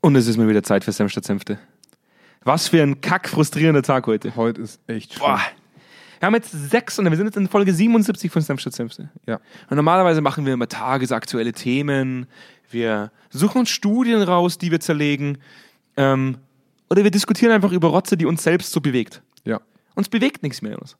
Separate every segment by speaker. Speaker 1: Und es ist mal wieder Zeit für Senf statt Senfte. Was für ein kack frustrierender Tag heute.
Speaker 2: Heute ist echt schlimm.
Speaker 1: Boah. Wir haben jetzt sechs und wir sind jetzt in Folge 77 von Senf statt Senfte.
Speaker 2: Ja.
Speaker 1: Und normalerweise machen wir immer tagesaktuelle Themen. Wir suchen uns Studien raus, die wir zerlegen. Ähm, oder wir diskutieren einfach über Rotze, die uns selbst so bewegt.
Speaker 2: Ja.
Speaker 1: Uns bewegt nichts mehr, Jonas.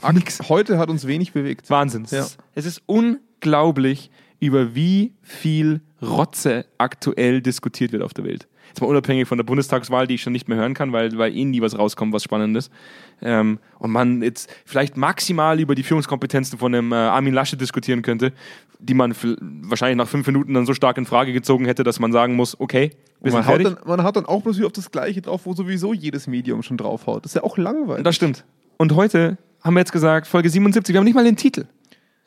Speaker 2: Ak- Heute hat uns wenig bewegt.
Speaker 1: Wahnsinn.
Speaker 2: Ja.
Speaker 1: Es ist unglaublich, über wie viel Rotze aktuell diskutiert wird auf der Welt. Jetzt mal unabhängig von der Bundestagswahl, die ich schon nicht mehr hören kann, weil, weil eh nie was rauskommt, was Spannendes. Ähm, und man jetzt vielleicht maximal über die Führungskompetenzen von einem äh, Armin Lasche diskutieren könnte, die man fl- wahrscheinlich nach fünf Minuten dann so stark in Frage gezogen hätte, dass man sagen muss, okay, wir sind
Speaker 2: Man haut,
Speaker 1: fertig.
Speaker 2: dann, man haut dann auch bloß wieder auf das Gleiche drauf, wo sowieso jedes Medium schon draufhaut. Das ist ja auch langweilig.
Speaker 1: Das stimmt. Und heute haben wir jetzt gesagt, Folge 77, wir haben nicht mal den Titel.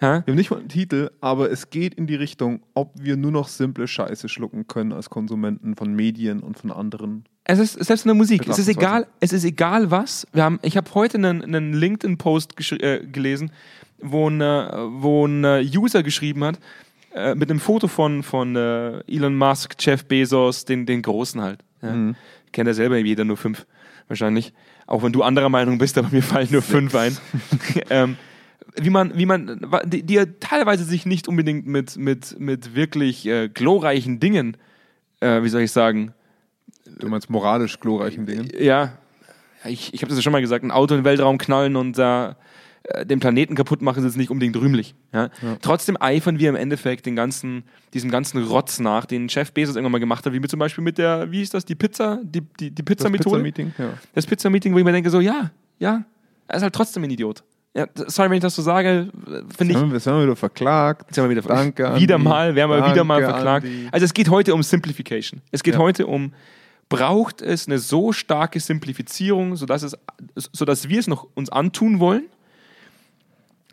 Speaker 1: Ja?
Speaker 2: wir haben nicht mal einen Titel, aber es geht in die Richtung, ob wir nur noch simple Scheiße schlucken können als Konsumenten von Medien und von anderen.
Speaker 1: Es ist selbst in der Musik.
Speaker 2: Mit
Speaker 1: Es ist egal. Es ist egal was. Wir haben. Ich habe heute einen, einen LinkedIn-Post geschri- äh, gelesen, wo ein, äh, wo ein äh, User geschrieben hat äh, mit einem Foto von von äh, Elon Musk, Jeff Bezos, den den großen halt. Ja. Kennt er selber jeder nur fünf wahrscheinlich. Auch wenn du anderer Meinung bist, aber mir fallen nur fünf ein. ähm, wie man, wie man, wa- die, die ja teilweise sich nicht unbedingt mit, mit, mit wirklich äh, glorreichen Dingen, äh, wie soll ich sagen,
Speaker 2: Du meinst moralisch glorreichen Dingen?
Speaker 1: ja, Ja, ich, ich habe das ja schon mal gesagt, ein Auto in den Weltraum knallen und da äh, den Planeten kaputt machen, ist jetzt nicht unbedingt rühmlich. Ja? Trotzdem eifern wir im Endeffekt den ganzen, diesem ganzen Rotz nach, den Chef Bezos irgendwann mal gemacht hat, wie mit zum Beispiel mit der, wie ist das, die Pizza, die, die, die Pizza-Methode?
Speaker 2: Pizza-Meeting? Ja.
Speaker 1: das Pizza-Meeting, wo ich mir denke, so, ja, ja, er ist halt trotzdem ein Idiot. Ja, d- sorry, wenn ich das so sage, finde ich,
Speaker 2: Jetzt haben wir- jetzt haben wir wieder verklagt.
Speaker 1: Jetzt haben wir wieder
Speaker 2: Danke, Andi.
Speaker 1: Wieder mal, wir haben mal wieder mal
Speaker 2: Danke,
Speaker 1: verklagt.
Speaker 2: Andi.
Speaker 1: Also es geht heute um Simplification. Es geht
Speaker 2: Ja.
Speaker 1: heute um, braucht es eine so starke Simplifizierung, sodass, es, sodass wir es noch uns antun wollen,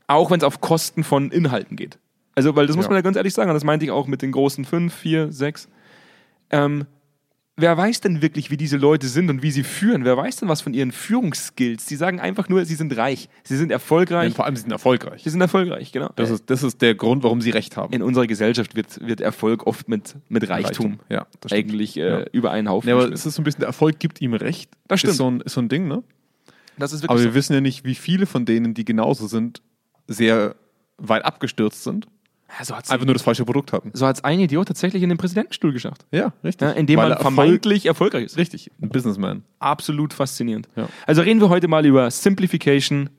Speaker 1: auch wenn es auf Kosten von Inhalten geht. Also, weil das muss
Speaker 2: Ja.
Speaker 1: man ja ganz ehrlich sagen, und das meinte ich auch mit den großen fünf, vier, sechs. Ähm, wer weiß denn wirklich, wie diese Leute sind und wie sie führen? Wer weiß denn was von ihren Führungsskills? Sie sagen einfach nur, sie sind reich, sie sind erfolgreich,
Speaker 2: vor allem, sie sind erfolgreich.
Speaker 1: sie sind erfolgreich, genau.
Speaker 2: Das ist, das ist der Grund, warum sie recht haben.
Speaker 1: in unserer Gesellschaft wird, wird Erfolg oft mit, mit Reichtum,
Speaker 2: Ja, das stimmt.
Speaker 1: eigentlich äh,
Speaker 2: Ja.
Speaker 1: über einen Haufen.
Speaker 2: Nee, aber es
Speaker 1: geschmissen.
Speaker 2: ist so ein bisschen, der Erfolg gibt ihm recht.
Speaker 1: Das stimmt.
Speaker 2: Ist so ein, ist so ein Ding, ne?
Speaker 1: das ist
Speaker 2: Aber
Speaker 1: wirklich
Speaker 2: wir wissen ja nicht, wie viele von denen, die genauso sind, sehr weit abgestürzt sind,
Speaker 1: so. so. Hat's,
Speaker 2: einfach nur das falsche Produkt hatten.
Speaker 1: so hat ein Idiot tatsächlich in den Präsidentenstuhl geschafft.
Speaker 2: Ja, richtig.
Speaker 1: Ja, indem
Speaker 2: Weil
Speaker 1: man
Speaker 2: Erfolg-
Speaker 1: vermeintlich erfolgreich ist.
Speaker 2: Richtig, ein Businessman.
Speaker 1: Absolut faszinierend.
Speaker 2: Ja.
Speaker 1: Also reden wir heute mal über Simplification.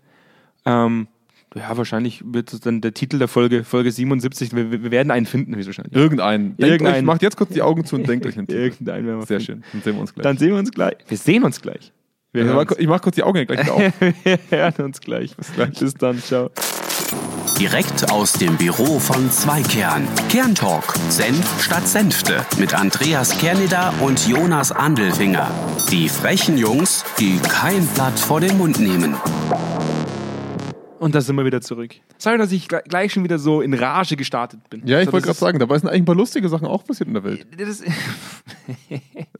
Speaker 1: Ähm, ja, wahrscheinlich wird es dann der Titel der Folge, Folge 77. Wir, wir werden einen finden, höchstwahrscheinlich.
Speaker 2: Irgendein. Denkt
Speaker 1: Irgendein-
Speaker 2: Euch, macht jetzt kurz die Augen zu und denkt euch einen Titel.
Speaker 1: Irgendeinen werden wir
Speaker 2: Sehr
Speaker 1: finden.
Speaker 2: schön. Dann sehen wir uns gleich.
Speaker 1: Dann sehen wir uns gleich. Wir sehen uns gleich. Wir,
Speaker 2: ich,
Speaker 1: hören,
Speaker 2: mach,
Speaker 1: uns.
Speaker 2: ich mach kurz die Augen gleich wieder auf.
Speaker 1: wir hören uns gleich. Bis gleich. Bis dann. Ciao.
Speaker 3: Direkt aus dem Büro von Zweikern. Kerntalk. Senf statt Senfte. Mit Andreas Kerneder und Jonas Andelfinger. Die frechen Jungs, die kein Blatt vor den Mund nehmen.
Speaker 1: Und da sind wir wieder zurück. Sorry, dass ich gle- gleich schon wieder so in Rage gestartet bin.
Speaker 2: Ja, ich
Speaker 1: so,
Speaker 2: wollte gerade
Speaker 1: das
Speaker 2: sagen, dabei sind eigentlich ein paar lustige Sachen auch passiert in der Welt.
Speaker 1: ist-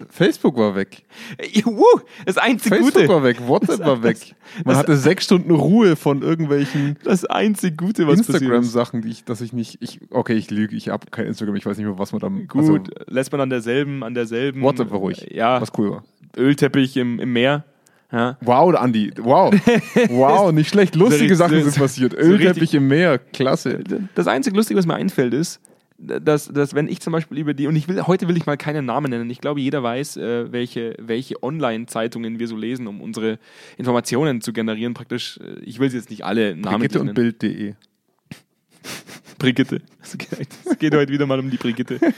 Speaker 2: Facebook war weg.
Speaker 1: Das ist, Juhu, das einzig
Speaker 2: Facebook
Speaker 1: Gute.
Speaker 2: war weg, WhatsApp war weg. Man
Speaker 1: das-
Speaker 2: hatte sechs Stunden Ruhe von irgendwelchen
Speaker 1: Das einzig Gute, was passiert ist.
Speaker 2: Instagram-Sachen, die ich, dass ich nicht, ich, okay, ich lüge, ich habe kein Instagram, ich weiß nicht mehr, was man da.
Speaker 1: Gut, lässt man an derselben, an derselben. äh,
Speaker 2: Also, WhatsApp war Also ruhig,
Speaker 1: Ja,
Speaker 2: was cool war.
Speaker 1: Ölteppich im, im Meer. Ja.
Speaker 2: Wow, Andi, wow, wow, nicht schlecht, lustige
Speaker 1: richtig-
Speaker 2: Sachen
Speaker 1: so-
Speaker 2: sind passiert.
Speaker 1: so
Speaker 2: Ölteppich
Speaker 1: richtig-
Speaker 2: im Meer, klasse.
Speaker 1: Das einzig Lustige, was mir einfällt, ist, dass, dass wenn ich zum Beispiel über die, und ich will, heute will ich mal keinen Namen nennen, ich glaube, jeder weiß, äh, welche, welche Online-Zeitungen wir so lesen, um unsere Informationen zu generieren, praktisch. äh, Ich will sie jetzt nicht alle Namen
Speaker 2: Brigitte
Speaker 1: nennen.
Speaker 2: und Bild.de.
Speaker 1: Brigitte. Es geht, es geht heute wieder mal um die Brigitte.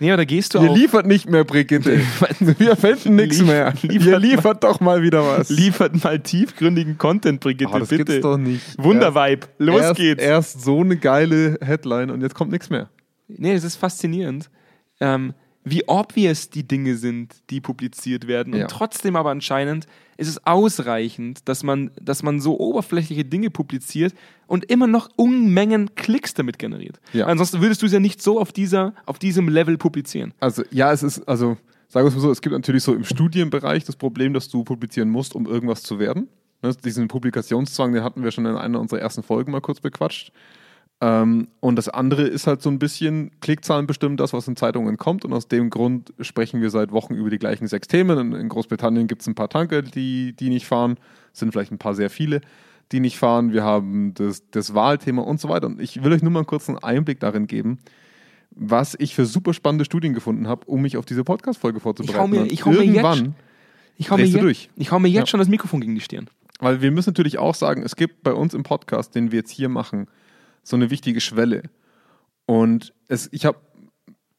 Speaker 1: Nee, aber da gehst du
Speaker 2: Ihr
Speaker 1: auf-
Speaker 2: liefert nicht mehr, Brigitte. Wir finden nichts
Speaker 1: Lief-
Speaker 2: mehr.
Speaker 1: liefert
Speaker 2: Ihr
Speaker 1: mal-
Speaker 2: liefert doch mal wieder was.
Speaker 1: liefert mal tiefgründigen Content, Brigitte,
Speaker 2: Ah, das
Speaker 1: bitte.
Speaker 2: gibt's doch nicht.
Speaker 1: Wundervibe, los
Speaker 2: erst,
Speaker 1: geht's.
Speaker 2: Erst so eine geile Headline und jetzt kommt nichts mehr.
Speaker 1: Nee, es ist faszinierend, ähm, wie obvious die Dinge sind, die publiziert werden.
Speaker 2: Ja.
Speaker 1: Und trotzdem aber anscheinend ist es ausreichend, dass man, dass man so oberflächliche Dinge publiziert und immer noch Unmengen Klicks damit generiert.
Speaker 2: Ja.
Speaker 1: Ansonsten würdest du es ja nicht so auf, dieser, auf diesem Level publizieren.
Speaker 2: Also, ja, es ist, also, sagen wir es mal so, es gibt natürlich so im Studienbereich das Problem, dass du publizieren musst, um irgendwas zu werden. Ne, diesen Publikationszwang, den hatten wir schon in einer unserer ersten Folgen mal kurz bequatscht. Ähm, und das andere ist halt so ein bisschen, Klickzahlen bestimmen das, was in Zeitungen kommt. Und aus dem Grund sprechen wir seit Wochen über die gleichen sechs Themen. In, in Großbritannien gibt es ein paar Tanker, die, die nicht fahren, sind vielleicht ein paar sehr viele, die nicht fahren. Wir haben das, das Wahlthema und so weiter. Und ich will euch nur mal einen kurzen Einblick darin geben, was ich für super spannende Studien gefunden habe, um mich auf diese Podcast-Folge vorzubereiten.
Speaker 1: mir-
Speaker 2: Und
Speaker 1: ich hau mir jetzt-
Speaker 2: Irgendwann,
Speaker 1: Ich hau mir,
Speaker 2: Drehst du
Speaker 1: jetzt,
Speaker 2: durch.
Speaker 1: Ich hau mir jetzt
Speaker 2: Ja.
Speaker 1: schon das Mikrofon gegen die Stirn.
Speaker 2: weil wir müssen natürlich auch sagen, es gibt bei uns im Podcast, den wir jetzt hier machen, so eine wichtige Schwelle. Und es, ich habe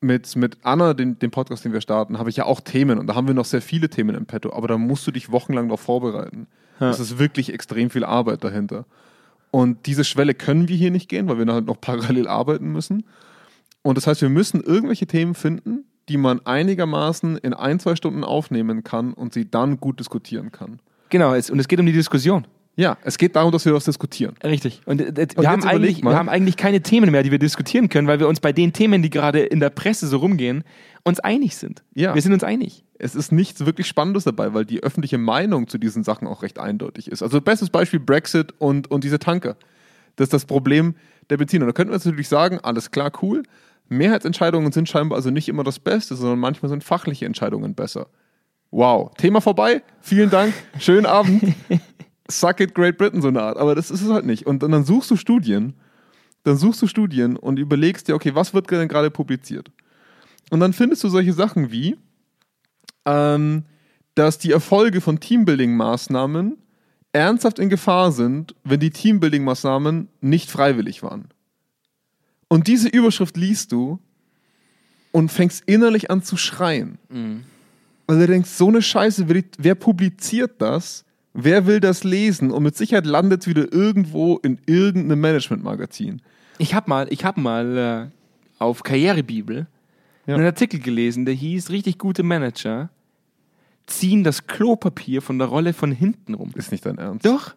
Speaker 2: mit, mit Anna, dem, dem Podcast, den wir starten, habe ich ja auch Themen und da haben wir noch sehr viele Themen im Petto, aber da musst du dich wochenlang darauf vorbereiten. Das ist wirklich extrem viel Arbeit dahinter. Und diese Schwelle können wir hier nicht gehen, weil wir halt noch parallel arbeiten müssen. Und das heißt, wir müssen irgendwelche Themen finden, die man einigermaßen in ein, zwei Stunden aufnehmen kann und sie dann gut diskutieren kann.
Speaker 1: Genau, es, und es geht um die Diskussion.
Speaker 2: Ja, es geht darum, dass wir was diskutieren.
Speaker 1: Richtig. Und, äh,
Speaker 2: Und
Speaker 1: wir,
Speaker 2: jetzt
Speaker 1: haben
Speaker 2: überleg
Speaker 1: eigentlich,
Speaker 2: mal.
Speaker 1: wir haben eigentlich keine Themen mehr, die wir diskutieren können, weil wir uns bei den Themen, die gerade in der Presse so rumgehen, uns einig sind.
Speaker 2: Ja.
Speaker 1: Wir sind uns einig.
Speaker 2: Es ist nichts wirklich Spannendes dabei, weil die öffentliche Meinung zu diesen Sachen auch recht eindeutig ist. Also bestes Beispiel Brexit und, und diese Tanker. Das ist das Problem der Benziner. Da könnten wir jetzt natürlich sagen, alles klar, cool. Mehrheitsentscheidungen sind scheinbar also nicht immer das Beste, sondern manchmal sind fachliche Entscheidungen besser. Wow, Thema vorbei. Vielen Dank. Schönen Abend. Suck it Great Britain so eine Art. Aber das ist es halt nicht. Und dann, dann suchst du Studien, dann suchst du Studien und überlegst dir, okay, was wird denn gerade publiziert? Und dann findest du solche Sachen wie, ähm, dass die Erfolge von Teambuilding-Maßnahmen ernsthaft in Gefahr sind, wenn die Teambuilding-Maßnahmen nicht freiwillig waren. Und diese Überschrift liest du und fängst innerlich an zu schreien. Weil du denkst, so eine Scheiße, wer, wer publiziert das? Wer will das lesen? Und mit Sicherheit landet es wieder irgendwo in irgendeinem Management-Magazin.
Speaker 1: Ich habe mal, ich hab mal äh, auf Karrierebibel
Speaker 2: Ja.
Speaker 1: einen Artikel gelesen, der hieß, richtig gute Manager ziehen das Klopapier von der Rolle von hinten rum.
Speaker 2: Ist nicht dein Ernst.
Speaker 1: Doch.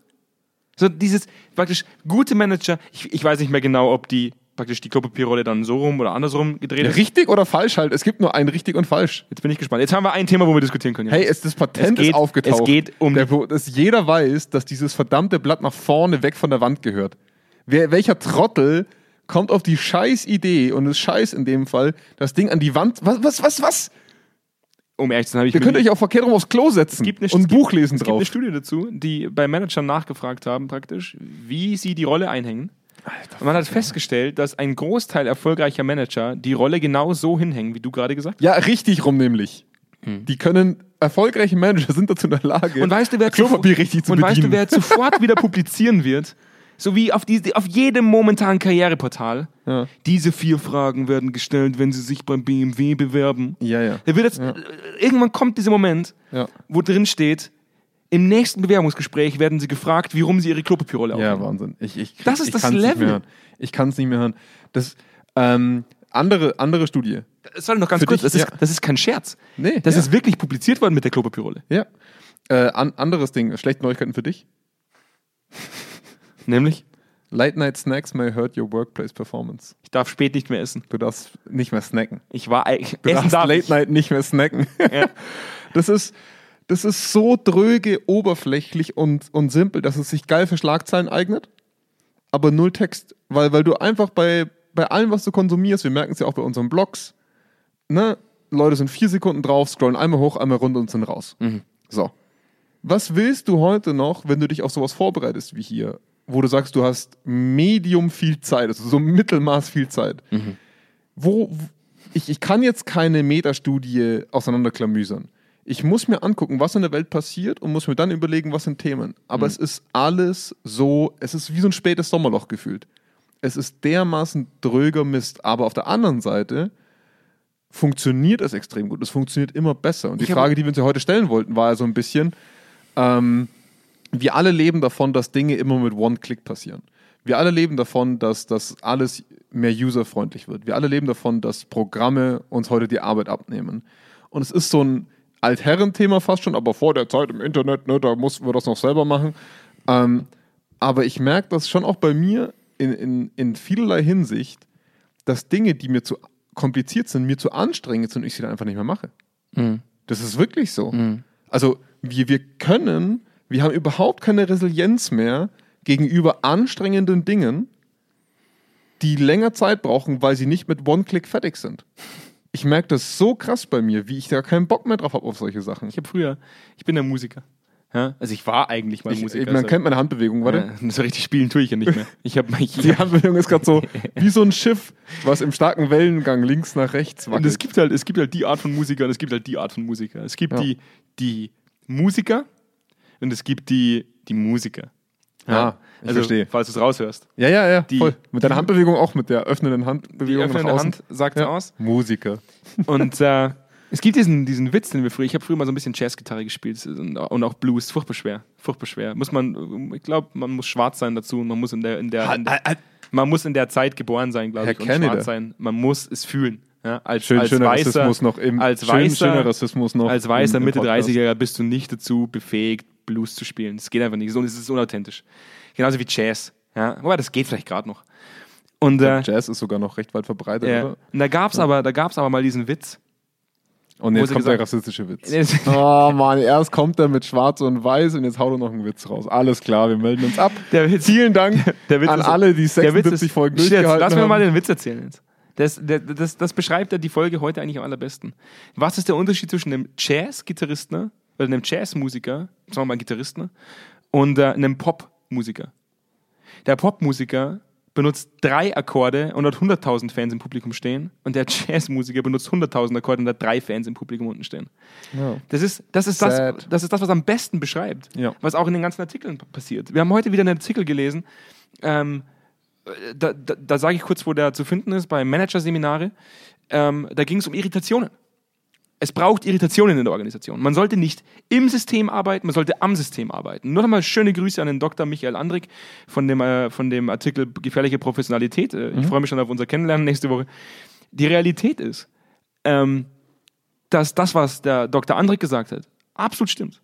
Speaker 1: So dieses praktisch gute Manager, ich, ich weiß nicht mehr genau, ob die praktisch die Klopapierrolle dann so rum oder andersrum gedreht ist.
Speaker 2: Richtig oder falsch halt. Es gibt nur ein richtig und falsch.
Speaker 1: Jetzt bin ich gespannt. Jetzt haben wir ein Thema, wo wir diskutieren können.
Speaker 2: Hey, es, das Patent
Speaker 1: Es geht-
Speaker 2: ist aufgetaucht.
Speaker 1: es geht um
Speaker 2: Der, wo- dass jeder weiß, dass dieses verdammte Blatt nach vorne weg von der Wand gehört. Wer, welcher Trottel kommt auf die Scheißidee und ist Scheiß in dem Fall, das Ding an die Wand. Was, was, was, was?
Speaker 1: um ehrlich zu sein, habe ich
Speaker 2: Ihr
Speaker 1: mir
Speaker 2: könnt
Speaker 1: nie-
Speaker 2: euch auch verkehrt rum aufs Klo setzen
Speaker 1: gibt eine-
Speaker 2: und ein
Speaker 1: es gibt-
Speaker 2: Buch lesen
Speaker 1: es gibt eine
Speaker 2: drauf.
Speaker 1: Studie dazu, die bei Managern nachgefragt haben, praktisch, wie sie die Rolle einhängen. Und man hat festgestellt, dass ein Großteil erfolgreicher Manager die Rolle genau so hinhängen, wie du gerade gesagt hast.
Speaker 2: Ja, richtig rum nämlich. Die können, erfolgreiche Manager sind dazu in der Lage,
Speaker 1: Hm. Und weißt du, wer
Speaker 2: Klopapier
Speaker 1: zuv-
Speaker 2: richtig zu
Speaker 1: und
Speaker 2: bedienen.
Speaker 1: weißt du, wer sofort wieder publizieren wird? So wie auf, die, auf jedem momentanen Karriereportal.
Speaker 2: Ja.
Speaker 1: Diese vier Fragen werden gestellt, wenn sie sich beim BMW bewerben.
Speaker 2: ja, ja.
Speaker 1: Da wird jetzt, äh, Irgendwann kommt dieser Moment,
Speaker 2: ja.
Speaker 1: wo drin steht, im nächsten Bewerbungsgespräch werden sie gefragt, wie rum sie ihre Klopapierrolle
Speaker 2: Ja,
Speaker 1: aufnehmen.
Speaker 2: Wahnsinn. Ich, ich, krieg-
Speaker 1: Das ist
Speaker 2: ich
Speaker 1: das
Speaker 2: kann's nicht mehr
Speaker 1: Level.
Speaker 2: hören. Ich kann es nicht mehr hören. Das, ähm, andere, andere Studie.
Speaker 1: Sorry, noch ganz
Speaker 2: Für
Speaker 1: kurz,
Speaker 2: dich,
Speaker 1: das, ist,
Speaker 2: ja.
Speaker 1: das ist kein Scherz.
Speaker 2: Nee,
Speaker 1: Das
Speaker 2: ja.
Speaker 1: ist wirklich publiziert worden mit der Klopapierrolle.
Speaker 2: Ja. Äh, an, anderes Ding, schlechte Neuigkeiten für dich.
Speaker 1: Nämlich,
Speaker 2: Late Night Snacks may hurt your workplace performance.
Speaker 1: ich darf spät nicht mehr essen.
Speaker 2: Du darfst nicht mehr snacken.
Speaker 1: Ich war eigentlich.
Speaker 2: Du
Speaker 1: Essen
Speaker 2: darfst
Speaker 1: darf
Speaker 2: Late
Speaker 1: ich.
Speaker 2: Night nicht mehr snacken.
Speaker 1: Ja.
Speaker 2: Das ist, das ist so dröge, oberflächlich und, und simpel, dass es sich geil für Schlagzeilen eignet, aber null Text. Weil, weil du einfach bei, bei allem, was du konsumierst, wir merken es ja auch bei unseren Blogs, ne? Leute sind vier Sekunden drauf, scrollen einmal hoch, einmal runter und sind raus.
Speaker 1: Mhm.
Speaker 2: So. Was willst du heute noch, wenn du dich auf sowas vorbereitest wie hier, wo du sagst, du hast medium viel Zeit, also so Mittelmaß viel Zeit?
Speaker 1: Mhm.
Speaker 2: Wo, w- ich, ich kann jetzt keine Metastudie auseinanderklamüsern. Ich muss mir angucken, was in der Welt passiert und muss mir dann überlegen, was sind Themen. Aber
Speaker 1: Mhm.
Speaker 2: es ist alles so, es ist wie so ein spätes Sommerloch gefühlt. Es ist dermaßen dröger Mist. Aber auf der anderen Seite funktioniert es extrem gut. Es funktioniert immer besser. Und die
Speaker 1: Ich hab-
Speaker 2: Frage, die wir uns ja heute stellen wollten, war ja so ein bisschen, ähm, wir alle leben davon, dass Dinge immer mit One-Click passieren. Wir alle leben davon, dass das alles mehr userfreundlich wird. Wir alle leben davon, dass Programme uns heute die Arbeit abnehmen. Und es ist so ein Altherrenthema fast schon, aber vor der Zeit im Internet, ne, da mussten wir das noch selber machen. Ähm, aber ich merke das schon auch bei mir in, in, in vielerlei Hinsicht, dass Dinge, die mir zu kompliziert sind, mir zu anstrengend sind, ich sie dann einfach nicht mehr mache. Das ist wirklich so. Also wir, wir können, wir haben überhaupt keine Resilienz mehr gegenüber anstrengenden Dingen, die länger Zeit brauchen, weil sie nicht mit One-Click fertig sind. Ich merke das so krass bei mir, wie ich da keinen Bock mehr drauf habe auf solche Sachen.
Speaker 1: Ich habe früher, ich bin der Musiker. Ja? Also ich war eigentlich mal
Speaker 2: Ich,
Speaker 1: Musiker.
Speaker 2: man kennt meine Handbewegung, warte.
Speaker 1: ja, so richtig spielen tue ich ja nicht mehr. Ich habe ich,
Speaker 2: Die Handbewegung ist gerade so wie so ein Schiff, was im starken Wellengang links nach rechts
Speaker 1: Und es
Speaker 2: wackelt.
Speaker 1: gibt halt, es gibt halt die Art von Musiker und es gibt halt die Art von Musiker. Es gibt
Speaker 2: Ja.
Speaker 1: die, die Musiker und es gibt die, die Musiker. Also,
Speaker 2: Ah, ich verstehe.
Speaker 1: Falls du es raushörst.
Speaker 2: Ja, ja, ja.
Speaker 1: Die-
Speaker 2: voll. Mit deiner Handbewegung auch, mit der öffnenden
Speaker 1: Die
Speaker 2: Handbewegung
Speaker 1: öffnende
Speaker 2: nach außen.
Speaker 1: Hand sagt
Speaker 2: Ja.
Speaker 1: aus.
Speaker 2: Musiker.
Speaker 1: Und äh, es gibt diesen, diesen Witz, den wir früher, ich habe früher mal so ein bisschen Jazzgitarre gespielt und, und auch Blues, furchtbar schwer, furchtbar schwer. Muss man, äh, ich glaube, man muss schwarz sein dazu und man muss in der, in der, in der man muss in der Zeit geboren sein, glaube
Speaker 2: Herr
Speaker 1: ich, und
Speaker 2: Kennedy.
Speaker 1: schwarz sein. Man muss es fühlen. Ja, als,
Speaker 2: Schön,
Speaker 1: als
Speaker 2: schöner
Speaker 1: weißer,
Speaker 2: Rassismus noch im
Speaker 1: als
Speaker 2: schön,
Speaker 1: weißer,
Speaker 2: schöner Rassismus noch.
Speaker 1: als weißer
Speaker 2: im- im
Speaker 1: Mitte
Speaker 2: Podcast.
Speaker 1: 30er bist du nicht dazu befähigt, Blues zu spielen. Das geht einfach nicht. So, Es ist unauthentisch. Genauso wie Jazz. Ja? Wobei, das geht vielleicht gerade noch. Und, äh,
Speaker 2: Jazz ist sogar noch recht weit verbreitet,
Speaker 1: ja.
Speaker 2: oder?
Speaker 1: und da gab es aber, da gab's aber mal diesen Witz.
Speaker 2: Und
Speaker 1: Wo
Speaker 2: jetzt
Speaker 1: sie
Speaker 2: kommt
Speaker 1: gesagt-
Speaker 2: der rassistische Witz.
Speaker 1: Nee, das-
Speaker 2: Oh Mann, erst kommt er mit Schwarz und Weiß und jetzt haut er noch einen Witz raus. Alles klar, wir melden uns ab.
Speaker 1: Der Witz-
Speaker 2: Vielen Dank
Speaker 1: der Witz
Speaker 2: an
Speaker 1: ist-
Speaker 2: alle, die
Speaker 1: Der Witz
Speaker 2: 76
Speaker 1: ist,
Speaker 2: Folgen
Speaker 1: Shit,
Speaker 2: durchgehalten
Speaker 1: Lass
Speaker 2: haben.
Speaker 1: mir mal den Witz erzählen jetzt. Das, der, das, das beschreibt ja die Folge heute eigentlich am allerbesten. Was ist der Unterschied zwischen einem Jazz-Gitarristen ne, oder einem Jazz-Musiker, sagen wir mal Gitarristen, und äh, einem Pop-Musiker? Der Pop-Musiker benutzt drei Akkorde und hat 100.000 Fans im Publikum stehen und der Jazz-Musiker benutzt 100.000 Akkorde und hat drei Fans im Publikum unten stehen.
Speaker 2: Ja.
Speaker 1: Das ist das, ist das,
Speaker 2: Sad.
Speaker 1: das ist das, was am besten beschreibt,
Speaker 2: Ja.
Speaker 1: was auch in den ganzen Artikeln p- passiert. Wir haben heute wieder einen Artikel gelesen, ähm, äh, da, da, da sage ich kurz, wo der zu finden ist, bei Managerseminare. Ähm, da ging es um Irritationen. Es braucht Irritationen in der Organisation. Man sollte nicht im System arbeiten, man sollte am System arbeiten. Nur nochmal schöne Grüße an den Dr. Michael Andrik von dem, äh, von dem Artikel Gefährliche Professionalität. Äh, Ich freue mich schon auf unser Kennenlernen nächste Woche. Die Realität ist, ähm, dass das, was der Dr. Andrik gesagt hat, absolut stimmt.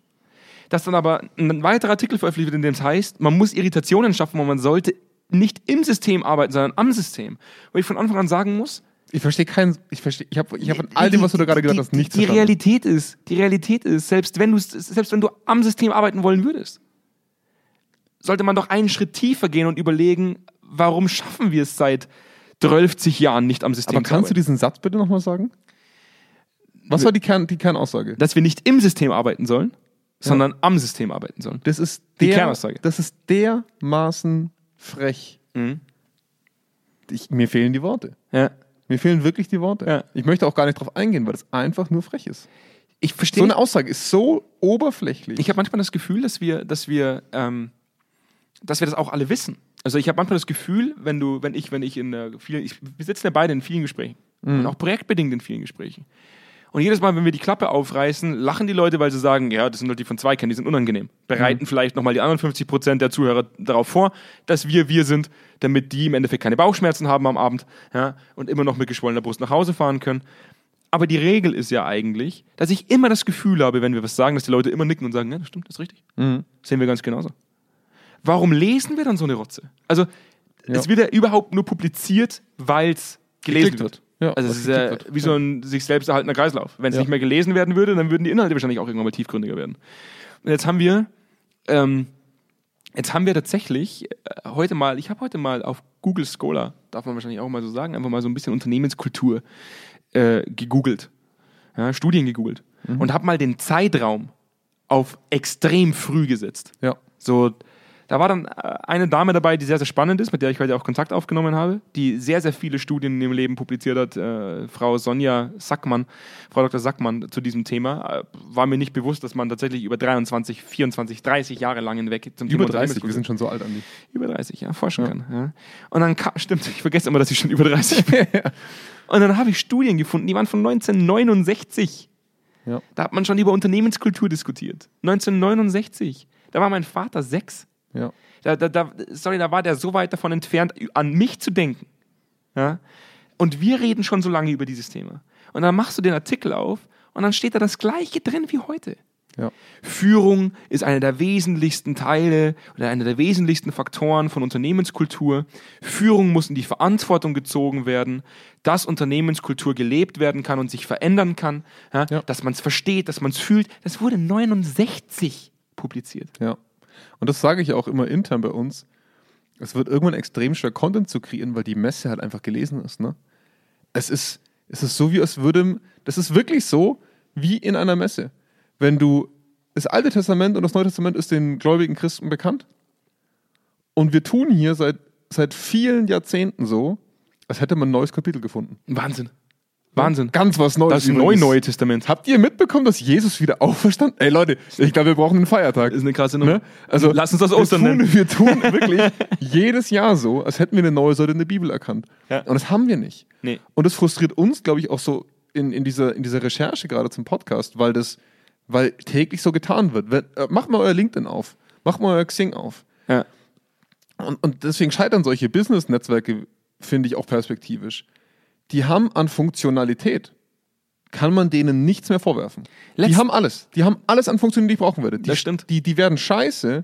Speaker 1: Dass dann aber ein weiterer Artikel veröffentlicht wird, in dem es heißt, man muss Irritationen schaffen und man sollte nicht im System arbeiten, sondern am System. Wo ich von Anfang an sagen muss,
Speaker 2: Ich verstehe keinen. Ich verstehe. Ich habe ich hab von all dem, was du da gerade gesagt hast,
Speaker 1: die,
Speaker 2: nichts
Speaker 1: die
Speaker 2: verstanden.
Speaker 1: Realität ist, die Realität ist, selbst wenn du selbst wenn du am System arbeiten wollen würdest, sollte man doch einen Schritt tiefer gehen und überlegen, warum schaffen wir es seit 12 Jahren nicht am System
Speaker 2: Aber kannst
Speaker 1: zu arbeiten?
Speaker 2: du diesen Satz bitte nochmal sagen? Was war die, Kern, die Kernaussage?
Speaker 1: dass wir nicht im System arbeiten sollen, sondern am System arbeiten sollen.
Speaker 2: Das ist
Speaker 1: Die
Speaker 2: der,
Speaker 1: Kernaussage.
Speaker 2: Das ist dermaßen frech.
Speaker 1: Mhm.
Speaker 2: Ich, mir fehlen die Worte.
Speaker 1: Ja.
Speaker 2: Mir fehlen wirklich die Worte.
Speaker 1: Ja.
Speaker 2: Ich möchte auch gar nicht drauf eingehen, weil das einfach nur frech ist.
Speaker 1: Ich verstehe.
Speaker 2: So eine Aussage ist so oberflächlich.
Speaker 1: ich habe manchmal das Gefühl, dass wir, dass wir, ähm, dass wir das auch alle wissen. Also ich habe manchmal das Gefühl, wenn du, wenn ich, wenn ich in äh, vielen, ich, wir sitzen ja beide in vielen Gesprächen und auch projektbedingt in vielen Gesprächen. Und jedes Mal, wenn wir die Klappe aufreißen, lachen die Leute, weil sie sagen, ja, das sind Leute, die von zwei kennen, die sind unangenehm. Bereiten vielleicht nochmal die anderen 50 Prozent der Zuhörer darauf vor, dass wir wir sind, damit die im Endeffekt keine Bauchschmerzen haben am Abend ja, und immer noch mit geschwollener Brust nach Hause fahren können. Aber die Regel ist ja eigentlich, dass ich immer das Gefühl habe, wenn wir was sagen, dass die Leute immer nicken und sagen, ja, das stimmt, das ist richtig.
Speaker 2: Mhm.
Speaker 1: Sehen wir ganz genauso. Warum lesen wir dann so eine Rotze? Also, es wird ja überhaupt nur publiziert, weil es gelesen
Speaker 2: Geklickt
Speaker 1: wird.
Speaker 2: wird. Ja,
Speaker 1: also, es
Speaker 2: weil's
Speaker 1: ist ja
Speaker 2: geklickt wird.
Speaker 1: wie so ein sich selbst erhaltener Kreislauf. Wenn es
Speaker 2: Ja.
Speaker 1: nicht mehr gelesen werden würde, dann würden die Inhalte wahrscheinlich auch irgendwann mal tiefgründiger werden. Und jetzt haben wir, ähm, jetzt haben wir tatsächlich äh, heute mal, ich habe heute mal auf Google Scholar, darf man wahrscheinlich auch mal so sagen, einfach mal so ein bisschen Unternehmenskultur äh, gegoogelt, ja, Studien gegoogelt
Speaker 2: Mhm.
Speaker 1: und habe mal den Zeitraum auf extrem früh gesetzt.
Speaker 2: ja.
Speaker 1: So, da war dann äh, eine Dame dabei, die sehr, sehr spannend ist, mit der ich heute auch Kontakt aufgenommen habe, die sehr, sehr viele Studien in ihrem Leben publiziert hat. Äh, Frau Sonja Sackmann, Frau Dr. Sackmann zu diesem Thema. Äh, war mir nicht bewusst, dass man tatsächlich über 23, 24, 30 Jahre lang hinweg zum
Speaker 2: Über
Speaker 1: Thema
Speaker 2: 30, wir
Speaker 1: Unternehmenskultur-
Speaker 2: sind schon so alt, Andi.
Speaker 1: über 30, ja, forschen kann. Ja. Und dann kam, stimmt, ich vergesse immer, dass ich schon über 30 bin. Und dann habe ich Studien gefunden, die waren von 1969.
Speaker 2: Ja.
Speaker 1: Da hat man schon über Unternehmenskultur diskutiert. 1969. Da war mein Vater sechs.
Speaker 2: Ja.
Speaker 1: Da, da, da, sorry, da war der so weit davon entfernt, an mich zu denken. Ja? Und wir reden schon so lange über dieses Thema. Und dann machst du den Artikel auf und dann steht da das Gleiche drin wie heute.
Speaker 2: Ja.
Speaker 1: Führung ist einer der wesentlichsten Teile oder einer der wesentlichsten Faktoren von Unternehmenskultur. Führung muss in die Verantwortung gezogen werden, dass Unternehmenskultur gelebt werden kann und sich verändern kann, ja,
Speaker 2: Ja.
Speaker 1: dass man es versteht, dass man es fühlt. Das wurde 69 publiziert.
Speaker 2: Ja. Und das sage ich auch immer intern bei uns. es wird irgendwann extrem schwer, Content zu kreieren, weil die Messe halt einfach gelesen ist. Ne? Es, ist es ist so, wie es würde. Das ist wirklich so, wie in einer Messe. Wenn du. Das Alte Testament und das Neue Testament ist den gläubigen Christen bekannt. Und wir tun hier seit, seit vielen Jahrzehnten so, als hätte man ein neues Kapitel gefunden.
Speaker 1: Wahnsinn. Wahnsinn.
Speaker 2: Ganz was Neues.
Speaker 1: Das
Speaker 2: übrigens.
Speaker 1: neu-neue Testament.
Speaker 2: Habt ihr mitbekommen, dass Jesus wieder auferstanden? Ey Leute, ich glaube, wir brauchen einen Feiertag.
Speaker 1: Ist eine krasse Nummer.
Speaker 2: Ne? Also,
Speaker 1: Lass uns das Ostern
Speaker 2: wir tun,
Speaker 1: nennen.
Speaker 2: Wir tun wirklich jedes Jahr so, als hätten wir eine neue Seite in der Bibel erkannt.
Speaker 1: Ja.
Speaker 2: Und das haben wir nicht.
Speaker 1: Nee.
Speaker 2: Und das frustriert uns, glaube ich, auch so in, in, dieser, in dieser Recherche gerade zum Podcast, weil das, weil täglich so getan wird. Wenn, äh, macht mal euer LinkedIn auf, macht mal euer Xing auf.
Speaker 1: Ja.
Speaker 2: Und, und deswegen scheitern solche Business-Netzwerke, finde ich, auch perspektivisch. Die haben an Funktionalität, kann man denen nichts mehr vorwerfen. die
Speaker 1: Letzt-
Speaker 2: haben alles. Die haben alles an Funktionen, die ich brauchen werde. Die,
Speaker 1: Das stimmt.
Speaker 2: Die, die werden scheiße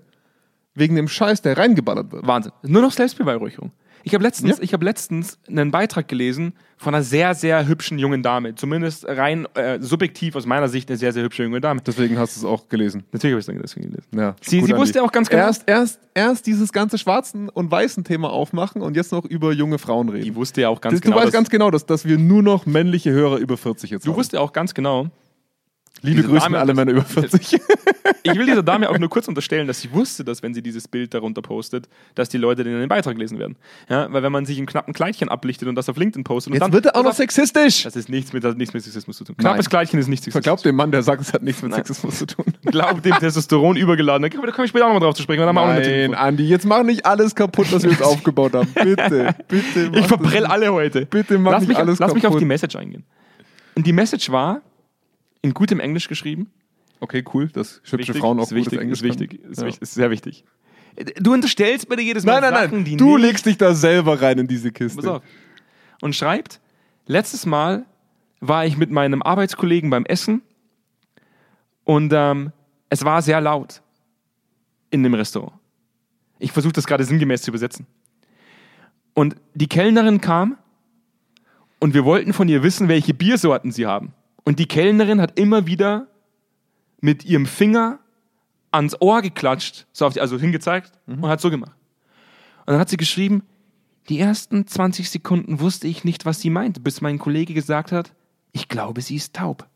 Speaker 2: wegen dem Scheiß, der reingeballert wird.
Speaker 1: Wahnsinn. Nur noch Selbstbeweihräucherung. Ich habe letztens,
Speaker 2: Ja.
Speaker 1: ich hab letztens einen Beitrag gelesen von einer sehr, sehr hübschen jungen Dame. Zumindest rein äh, subjektiv aus meiner Sicht eine sehr, sehr hübsche junge Dame.
Speaker 2: Deswegen hast du es auch gelesen.
Speaker 1: Natürlich habe ich es deswegen gelesen.
Speaker 2: Ja,
Speaker 1: Sie-
Speaker 2: gut,
Speaker 1: sie
Speaker 2: Andi.
Speaker 1: wusste auch ganz genau-
Speaker 2: Erst, erst, erst dieses ganze schwarzen und weißen Thema aufmachen und jetzt noch über junge Frauen reden.
Speaker 1: Die wusste ja auch ganz
Speaker 2: das,
Speaker 1: genau.
Speaker 2: du weißt
Speaker 1: dass-
Speaker 2: ganz genau, dass, dass wir nur noch männliche Hörer über 40 jetzt
Speaker 1: du
Speaker 2: haben.
Speaker 1: wusste ja auch ganz genau.
Speaker 2: Liebe
Speaker 1: diese
Speaker 2: Grüße an
Speaker 1: Dame-
Speaker 2: alle Männer über 40.
Speaker 1: Ich will dieser Dame auch nur kurz unterstellen, dass sie wusste, dass wenn sie dieses Bild darunter postet, dass die Leute den, den Beitrag lesen werden. Ja, weil wenn man sich in knappen Kleidchen ablichtet und das auf LinkedIn postet und
Speaker 2: Jetzt
Speaker 1: dann
Speaker 2: wird er auch noch
Speaker 1: das,
Speaker 2: sexistisch.
Speaker 1: das ist nichts mit das hat nichts mit Sexismus zu tun. Knappes
Speaker 2: Nein.
Speaker 1: Kleidchen ist nicht sexistisch.
Speaker 2: Verglaubt dem Mann, der sagt, es hat nichts mit
Speaker 1: Nein.
Speaker 2: Sexismus zu tun.
Speaker 1: Glaubt dem Testosteron übergeladen. Da komme ich später auch nochmal drauf zu sprechen. weil da haben wir auch noch eine
Speaker 2: Nein, Andi, jetzt mach nicht alles kaputt, was wir jetzt aufgebaut haben. Bitte, bitte. mach
Speaker 1: Ich
Speaker 2: das
Speaker 1: verbrell
Speaker 2: nicht.
Speaker 1: alle heute.
Speaker 2: Bitte mach
Speaker 1: lass
Speaker 2: nicht
Speaker 1: mich,
Speaker 2: alles
Speaker 1: Lass mich auf
Speaker 2: kaputt.
Speaker 1: die Message eingehen. Und die Message war, in gutem Englisch geschrieben.
Speaker 2: Okay, cool, dass hübsche Frauen auch
Speaker 1: ist wichtig,
Speaker 2: gutes Englisch
Speaker 1: ist wichtig,
Speaker 2: können.
Speaker 1: ist,
Speaker 2: Ja.
Speaker 1: wichtig, ist sehr wichtig. Äh, Du unterstellst bitte jedes Mal
Speaker 2: Nein, nein,
Speaker 1: Sachen, die
Speaker 2: nein. Du
Speaker 1: nicht...
Speaker 2: legst dich da selber rein in diese Kiste.
Speaker 1: Pass auf. Und schreibt, letztes Mal war ich mit meinem Arbeitskollegen beim Essen und ähm, es war sehr laut in dem Restaurant. Ich versuche das gerade sinngemäß zu übersetzen. Und die Kellnerin kam und wir wollten von ihr wissen, welche Biersorten sie haben. Und die Kellnerin hat immer wieder mit ihrem Finger ans Ohr geklatscht, so auf die, also hingezeigt und hat so gemacht. Und dann hat sie geschrieben, die ersten 20 Sekunden wusste ich nicht, was sie meint, bis mein Kollege gesagt hat, ich glaube, sie ist taub.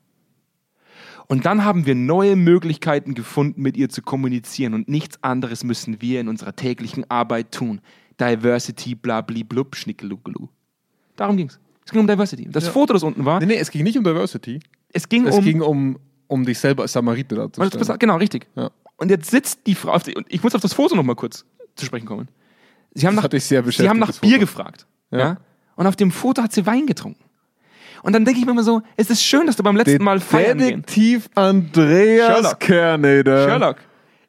Speaker 1: Und dann haben wir neue Möglichkeiten gefunden, mit ihr zu kommunizieren und nichts anderes müssen wir in unserer täglichen Arbeit tun. Diversity, blabliblub, schnickelugelu. Darum ging's. Es ging um Diversity. Das Foto, das unten war,
Speaker 2: Nee, nee, es ging nicht um Diversity.
Speaker 1: es ging
Speaker 2: Es
Speaker 1: um...
Speaker 2: ging um, um dich selber als Samariter
Speaker 1: Weil das
Speaker 2: darzustellen.
Speaker 1: passt- genau, richtig.
Speaker 2: Ja.
Speaker 1: Und jetzt sitzt die Frau, auf die, und ich muss auf das Foto nochmal kurz zu sprechen kommen. Sie haben
Speaker 2: Das
Speaker 1: nach,
Speaker 2: hat dich sehr
Speaker 1: sie
Speaker 2: beschäftigt,
Speaker 1: haben nach
Speaker 2: das Foto.
Speaker 1: Bier gefragt. Ja. Und auf dem Foto hat sie Wein getrunken. Und dann denke ich mir immer so, es ist schön, dass du beim letzten Mal feiern gehen.
Speaker 2: Detektiv Andreas
Speaker 1: Sherlock.
Speaker 2: Kerneder.
Speaker 1: Sherlock,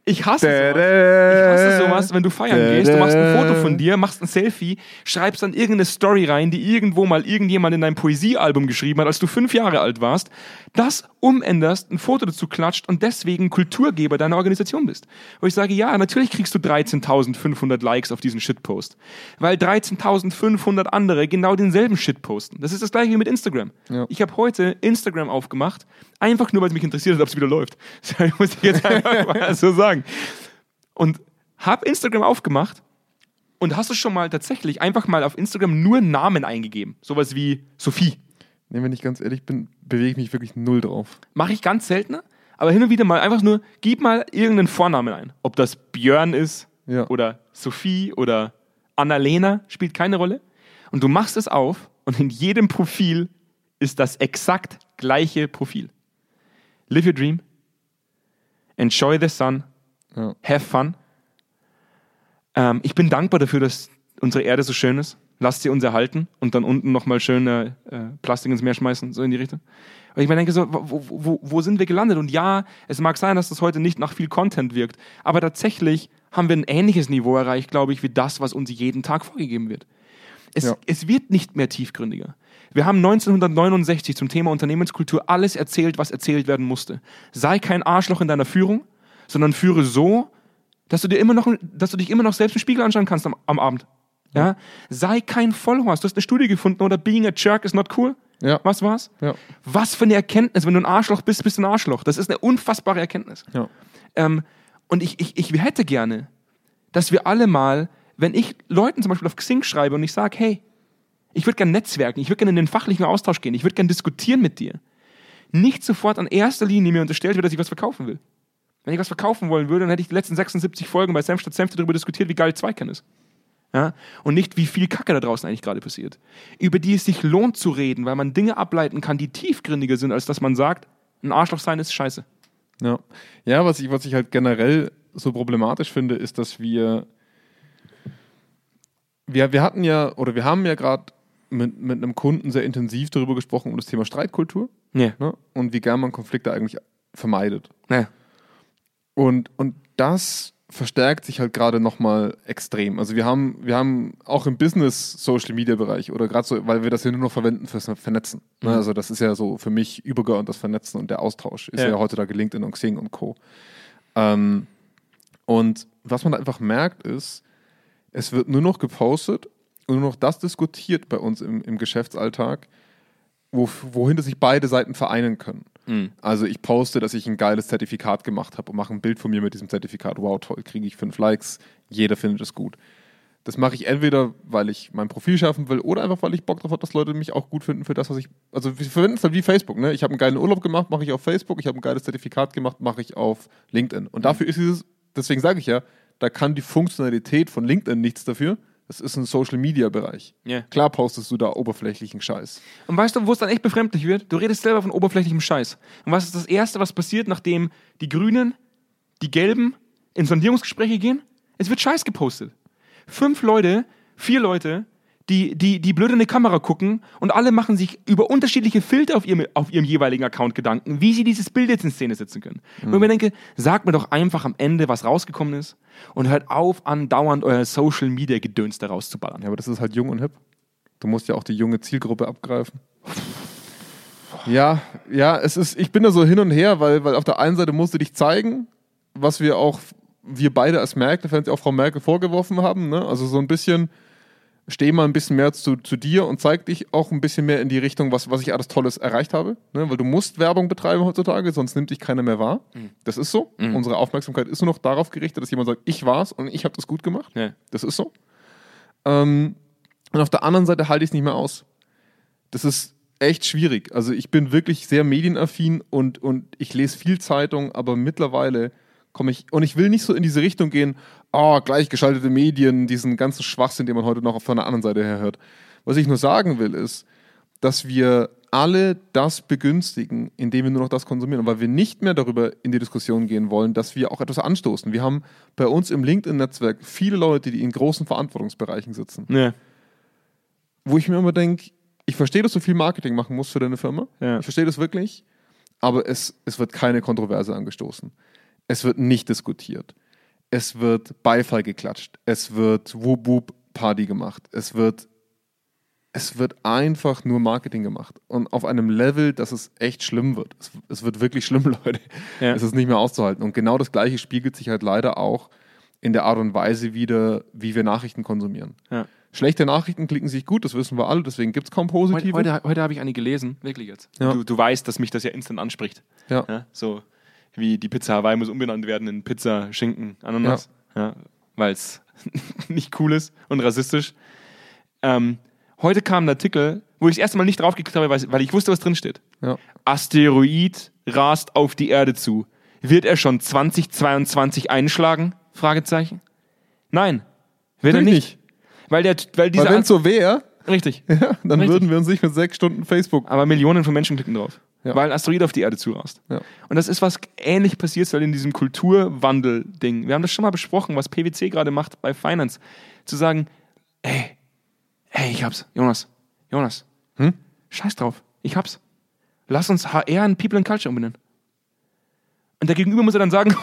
Speaker 1: ich hasse sowas. Ich hasse
Speaker 2: hasse
Speaker 1: sowas, wenn du feiern gehst, du machst ein Foto von dir, machst ein Selfie, schreibst dann irgendeine Story rein, die irgendwo mal irgendjemand in deinem Poesiealbum geschrieben hat, als du fünf Jahre alt warst, das umänderst, ein Foto dazu klatscht und deswegen Kulturgeber deiner Organisation bist. Wo ich sage, ja, natürlich kriegst du 13.500 Likes auf diesen Shitpost, weil 13.500 andere genau denselben Shit posten. Das ist das gleiche wie mit Instagram.
Speaker 2: Ja.
Speaker 1: Ich habe heute Instagram aufgemacht, einfach nur, weil es mich interessiert hat, ob es wieder läuft. Das muss ich jetzt einfach mal so sagen und hab Instagram aufgemacht und hast du schon mal tatsächlich einfach mal auf Instagram nur Namen eingegeben? Sowas wie Sophie.
Speaker 2: Nee, wenn ich ganz ehrlich bin, bewege ich mich wirklich null drauf.
Speaker 1: Mache ich ganz seltener, aber hin und wieder mal einfach nur, gib mal irgendeinen Vornamen ein. Ob das Björn ist
Speaker 2: Ja.
Speaker 1: oder Sophie oder Annalena, spielt keine Rolle. Und du machst es auf und in jedem Profil ist das exakt gleiche Profil. Live your dream. Enjoy the sun.
Speaker 2: Ja.
Speaker 1: Have fun. Ähm, ich bin dankbar dafür, dass unsere Erde so schön ist. Lasst sie uns erhalten und dann unten nochmal schön äh, äh, Plastik ins Meer schmeißen, so in die Richtung. Aber ich mir denke so, wo, wo- wo, wo sind wir gelandet? Und ja, es mag sein, dass das heute nicht nach viel Content wirkt, aber tatsächlich haben wir ein ähnliches Niveau erreicht, glaube ich, wie das, was uns jeden Tag vorgegeben wird. Es,
Speaker 2: Ja.
Speaker 1: es wird nicht mehr tiefgründiger. Wir haben 1969 zum Thema Unternehmenskultur alles erzählt, was erzählt werden musste. Sei kein Arschloch in deiner Führung, sondern führe so, dass du dir immer noch, dass du dich immer noch selbst im Spiegel anschauen kannst am, am Abend. Ja? Sei kein Vollhorst. Du hast eine Studie gefunden oder being a jerk is not cool.
Speaker 2: Ja.
Speaker 1: Was war's?
Speaker 2: Ja.
Speaker 1: Was für eine Erkenntnis, wenn du ein Arschloch bist, bist du ein Arschloch. Das ist eine unfassbare Erkenntnis.
Speaker 2: Ja.
Speaker 1: Ähm, und ich, ich, ich hätte gerne, dass wir alle mal wenn ich Leuten zum Beispiel auf Xing schreibe und ich sage, hey, ich würde gerne netzwerken, ich würde gerne in den fachlichen Austausch gehen, ich würde gerne diskutieren mit dir, nicht sofort an erster Linie mir unterstellt wird, dass ich was verkaufen will. Wenn ich was verkaufen wollen würde, dann hätte ich die letzten 76 Folgen bei Senf statt Senf darüber diskutiert, wie geil Zweikern ist. Ja? Und nicht, wie viel Kacke da draußen eigentlich gerade passiert. Über die es sich lohnt zu reden, weil man Dinge ableiten kann, die tiefgründiger sind, als dass man sagt, ein Arschloch sein ist scheiße.
Speaker 2: Ja, ja was, ich, was ich halt generell so problematisch finde, ist, dass wir. Wir, wir hatten ja, oder wir haben ja gerade mit, mit einem Kunden sehr intensiv darüber gesprochen, um das Thema Streitkultur
Speaker 1: Nee.
Speaker 2: ne? und wie gern man Konflikte eigentlich vermeidet.
Speaker 1: Nee.
Speaker 2: Und, und das verstärkt sich halt gerade nochmal extrem. Also wir haben, wir haben auch im Business-Social-Media-Bereich oder gerade so, weil wir das ja nur noch verwenden fürs Vernetzen. Ne? Also das ist ja so für mich übergeordnet das Vernetzen und der Austausch ist
Speaker 1: Ja.
Speaker 2: ja, heutzutage LinkedIn und Xing und Co. Ähm, und was man da einfach merkt ist, es wird nur noch gepostet und nur noch das diskutiert bei uns im, im Geschäftsalltag, wo, wohin sich beide Seiten vereinen können. Also ich poste, dass ich ein geiles Zertifikat gemacht habe und mache ein Bild von mir mit diesem Zertifikat. Wow, toll, kriege ich fünf Likes, jeder findet es gut. Das mache ich entweder, weil ich mein Profil schärfen will oder einfach, weil ich Bock drauf habe, dass Leute mich auch gut finden für das, was ich. Also wir verwenden es halt wie Facebook, ne? Ich habe einen geilen Urlaub gemacht, mache ich auf Facebook, ich habe ein geiles Zertifikat gemacht, mache ich auf LinkedIn. Und dafür ist dieses, deswegen sage ich ja, da kann die Funktionalität von LinkedIn nichts dafür. Das ist ein Social Media Bereich.
Speaker 1: Ja.
Speaker 2: Klar postest du da oberflächlichen Scheiß.
Speaker 1: Und weißt du, wo es dann echt befremdlich wird? Du redest selber von oberflächlichem Scheiß. Und was ist das Erste, was passiert, nachdem die Grünen, die Gelben in Sondierungsgespräche gehen? Es wird Scheiß gepostet. Fünf Leute, vier Leute, die, die, die blöd in eine Kamera gucken und alle machen sich über unterschiedliche Filter auf ihrem, auf ihrem jeweiligen Account Gedanken, wie sie dieses Bild jetzt in Szene setzen können. Und ich mir denke, sagt mir doch einfach am Ende, was rausgekommen ist und hört auf, andauernd euer Social Media Gedöns da rauszuballern.
Speaker 2: Ja, aber das ist halt jung und hip. Du musst ja auch die junge Zielgruppe abgreifen. Ja, ja, es ist, ich bin da so hin und her, weil, weil auf der einen Seite musst du dich zeigen, was wir auch, wir beide als Merkel-Fans, auch Frau Merkel vorgeworfen haben, ne? Also so ein bisschen, steh mal ein bisschen mehr zu, zu dir und zeig dich auch ein bisschen mehr in die Richtung, was, was ich alles Tolles erreicht habe. Ne? Weil du musst Werbung betreiben heutzutage, sonst nimmt dich keiner mehr wahr.
Speaker 1: Mhm.
Speaker 2: Das ist so. Unsere Aufmerksamkeit ist nur noch darauf gerichtet, dass jemand sagt, ich war's und ich habe das gut gemacht.
Speaker 1: Ja.
Speaker 2: Das ist so. Ähm, und auf der anderen Seite halte ich es nicht mehr aus. Das ist echt schwierig. Also ich bin wirklich sehr medienaffin und, und ich lese viel Zeitung, aber mittlerweile komme ich, und ich will nicht so in diese Richtung gehen, ah, gleichgeschaltete Medien, diesen ganzen Schwachsinn, den man heute noch von der anderen Seite her hört. Was ich nur sagen will, ist, dass wir alle das begünstigen, indem wir nur noch das konsumieren, weil wir nicht mehr darüber in die Diskussion gehen wollen, dass wir auch etwas anstoßen. Wir haben bei uns im LinkedIn-Netzwerk viele Leute, die in großen Verantwortungsbereichen sitzen,
Speaker 1: Ja.
Speaker 2: wo ich mir immer denke, ich verstehe, dass du viel Marketing machen musst für deine Firma.
Speaker 1: Ja.
Speaker 2: Ich verstehe das wirklich, aber es, es wird keine Kontroverse angestoßen. Es wird nicht diskutiert. Es wird Beifall geklatscht. Es wird Wub-Wub-Party gemacht. Es wird es wird einfach nur Marketing gemacht. Und auf einem Level, dass es echt schlimm wird. Es, es wird wirklich schlimm, Leute.
Speaker 1: Ja.
Speaker 2: Es ist nicht mehr auszuhalten. Und genau das Gleiche spiegelt sich halt leider auch in der Art und Weise wieder, wie wir Nachrichten konsumieren.
Speaker 1: Ja.
Speaker 2: Schlechte Nachrichten klicken sich gut, das wissen wir alle, deswegen gibt es kaum
Speaker 1: Heute,
Speaker 2: positive.
Speaker 1: heute, heute habe ich eine gelesen, wirklich jetzt.
Speaker 2: Ja.
Speaker 1: Du, du weißt, dass mich das ja instant anspricht.
Speaker 2: Ja.
Speaker 1: Ja, so wie die Pizza Hawaii muss umbenannt werden in Pizza Schinken Ananas, ja. weil es nicht cool ist und rassistisch. Ähm, heute kam ein Artikel, wo ich das erste Mal nicht draufgeklickt habe, weil weil ich wusste, was drin steht.
Speaker 2: Ja.
Speaker 1: Asteroid rast auf die Erde zu. Wird er schon 2022 einschlagen? Fragezeichen. Nein, wird er
Speaker 2: Natürlich
Speaker 1: nicht. Weil, der, weil dieser...
Speaker 2: Weil wenn es so wäre,
Speaker 1: richtig.
Speaker 2: ja, dann
Speaker 1: Richtig.
Speaker 2: würden wir uns nicht mit sechs Stunden Facebook.
Speaker 1: Aber Millionen von Menschen klicken drauf,
Speaker 2: Ja.
Speaker 1: weil ein Asteroid auf die Erde zurast.
Speaker 2: Ja.
Speaker 1: Und das ist was ähnlich passiert soll in diesem Kulturwandel-Ding. Wir haben das schon mal besprochen, was PwC gerade macht bei Finance. Zu sagen, ey, ey, ich hab's. Jonas, Jonas,
Speaker 2: Hm?
Speaker 1: scheiß drauf, ich hab's. Lass uns HR in People and Culture umbenennen. Und der Gegenüber muss er dann sagen,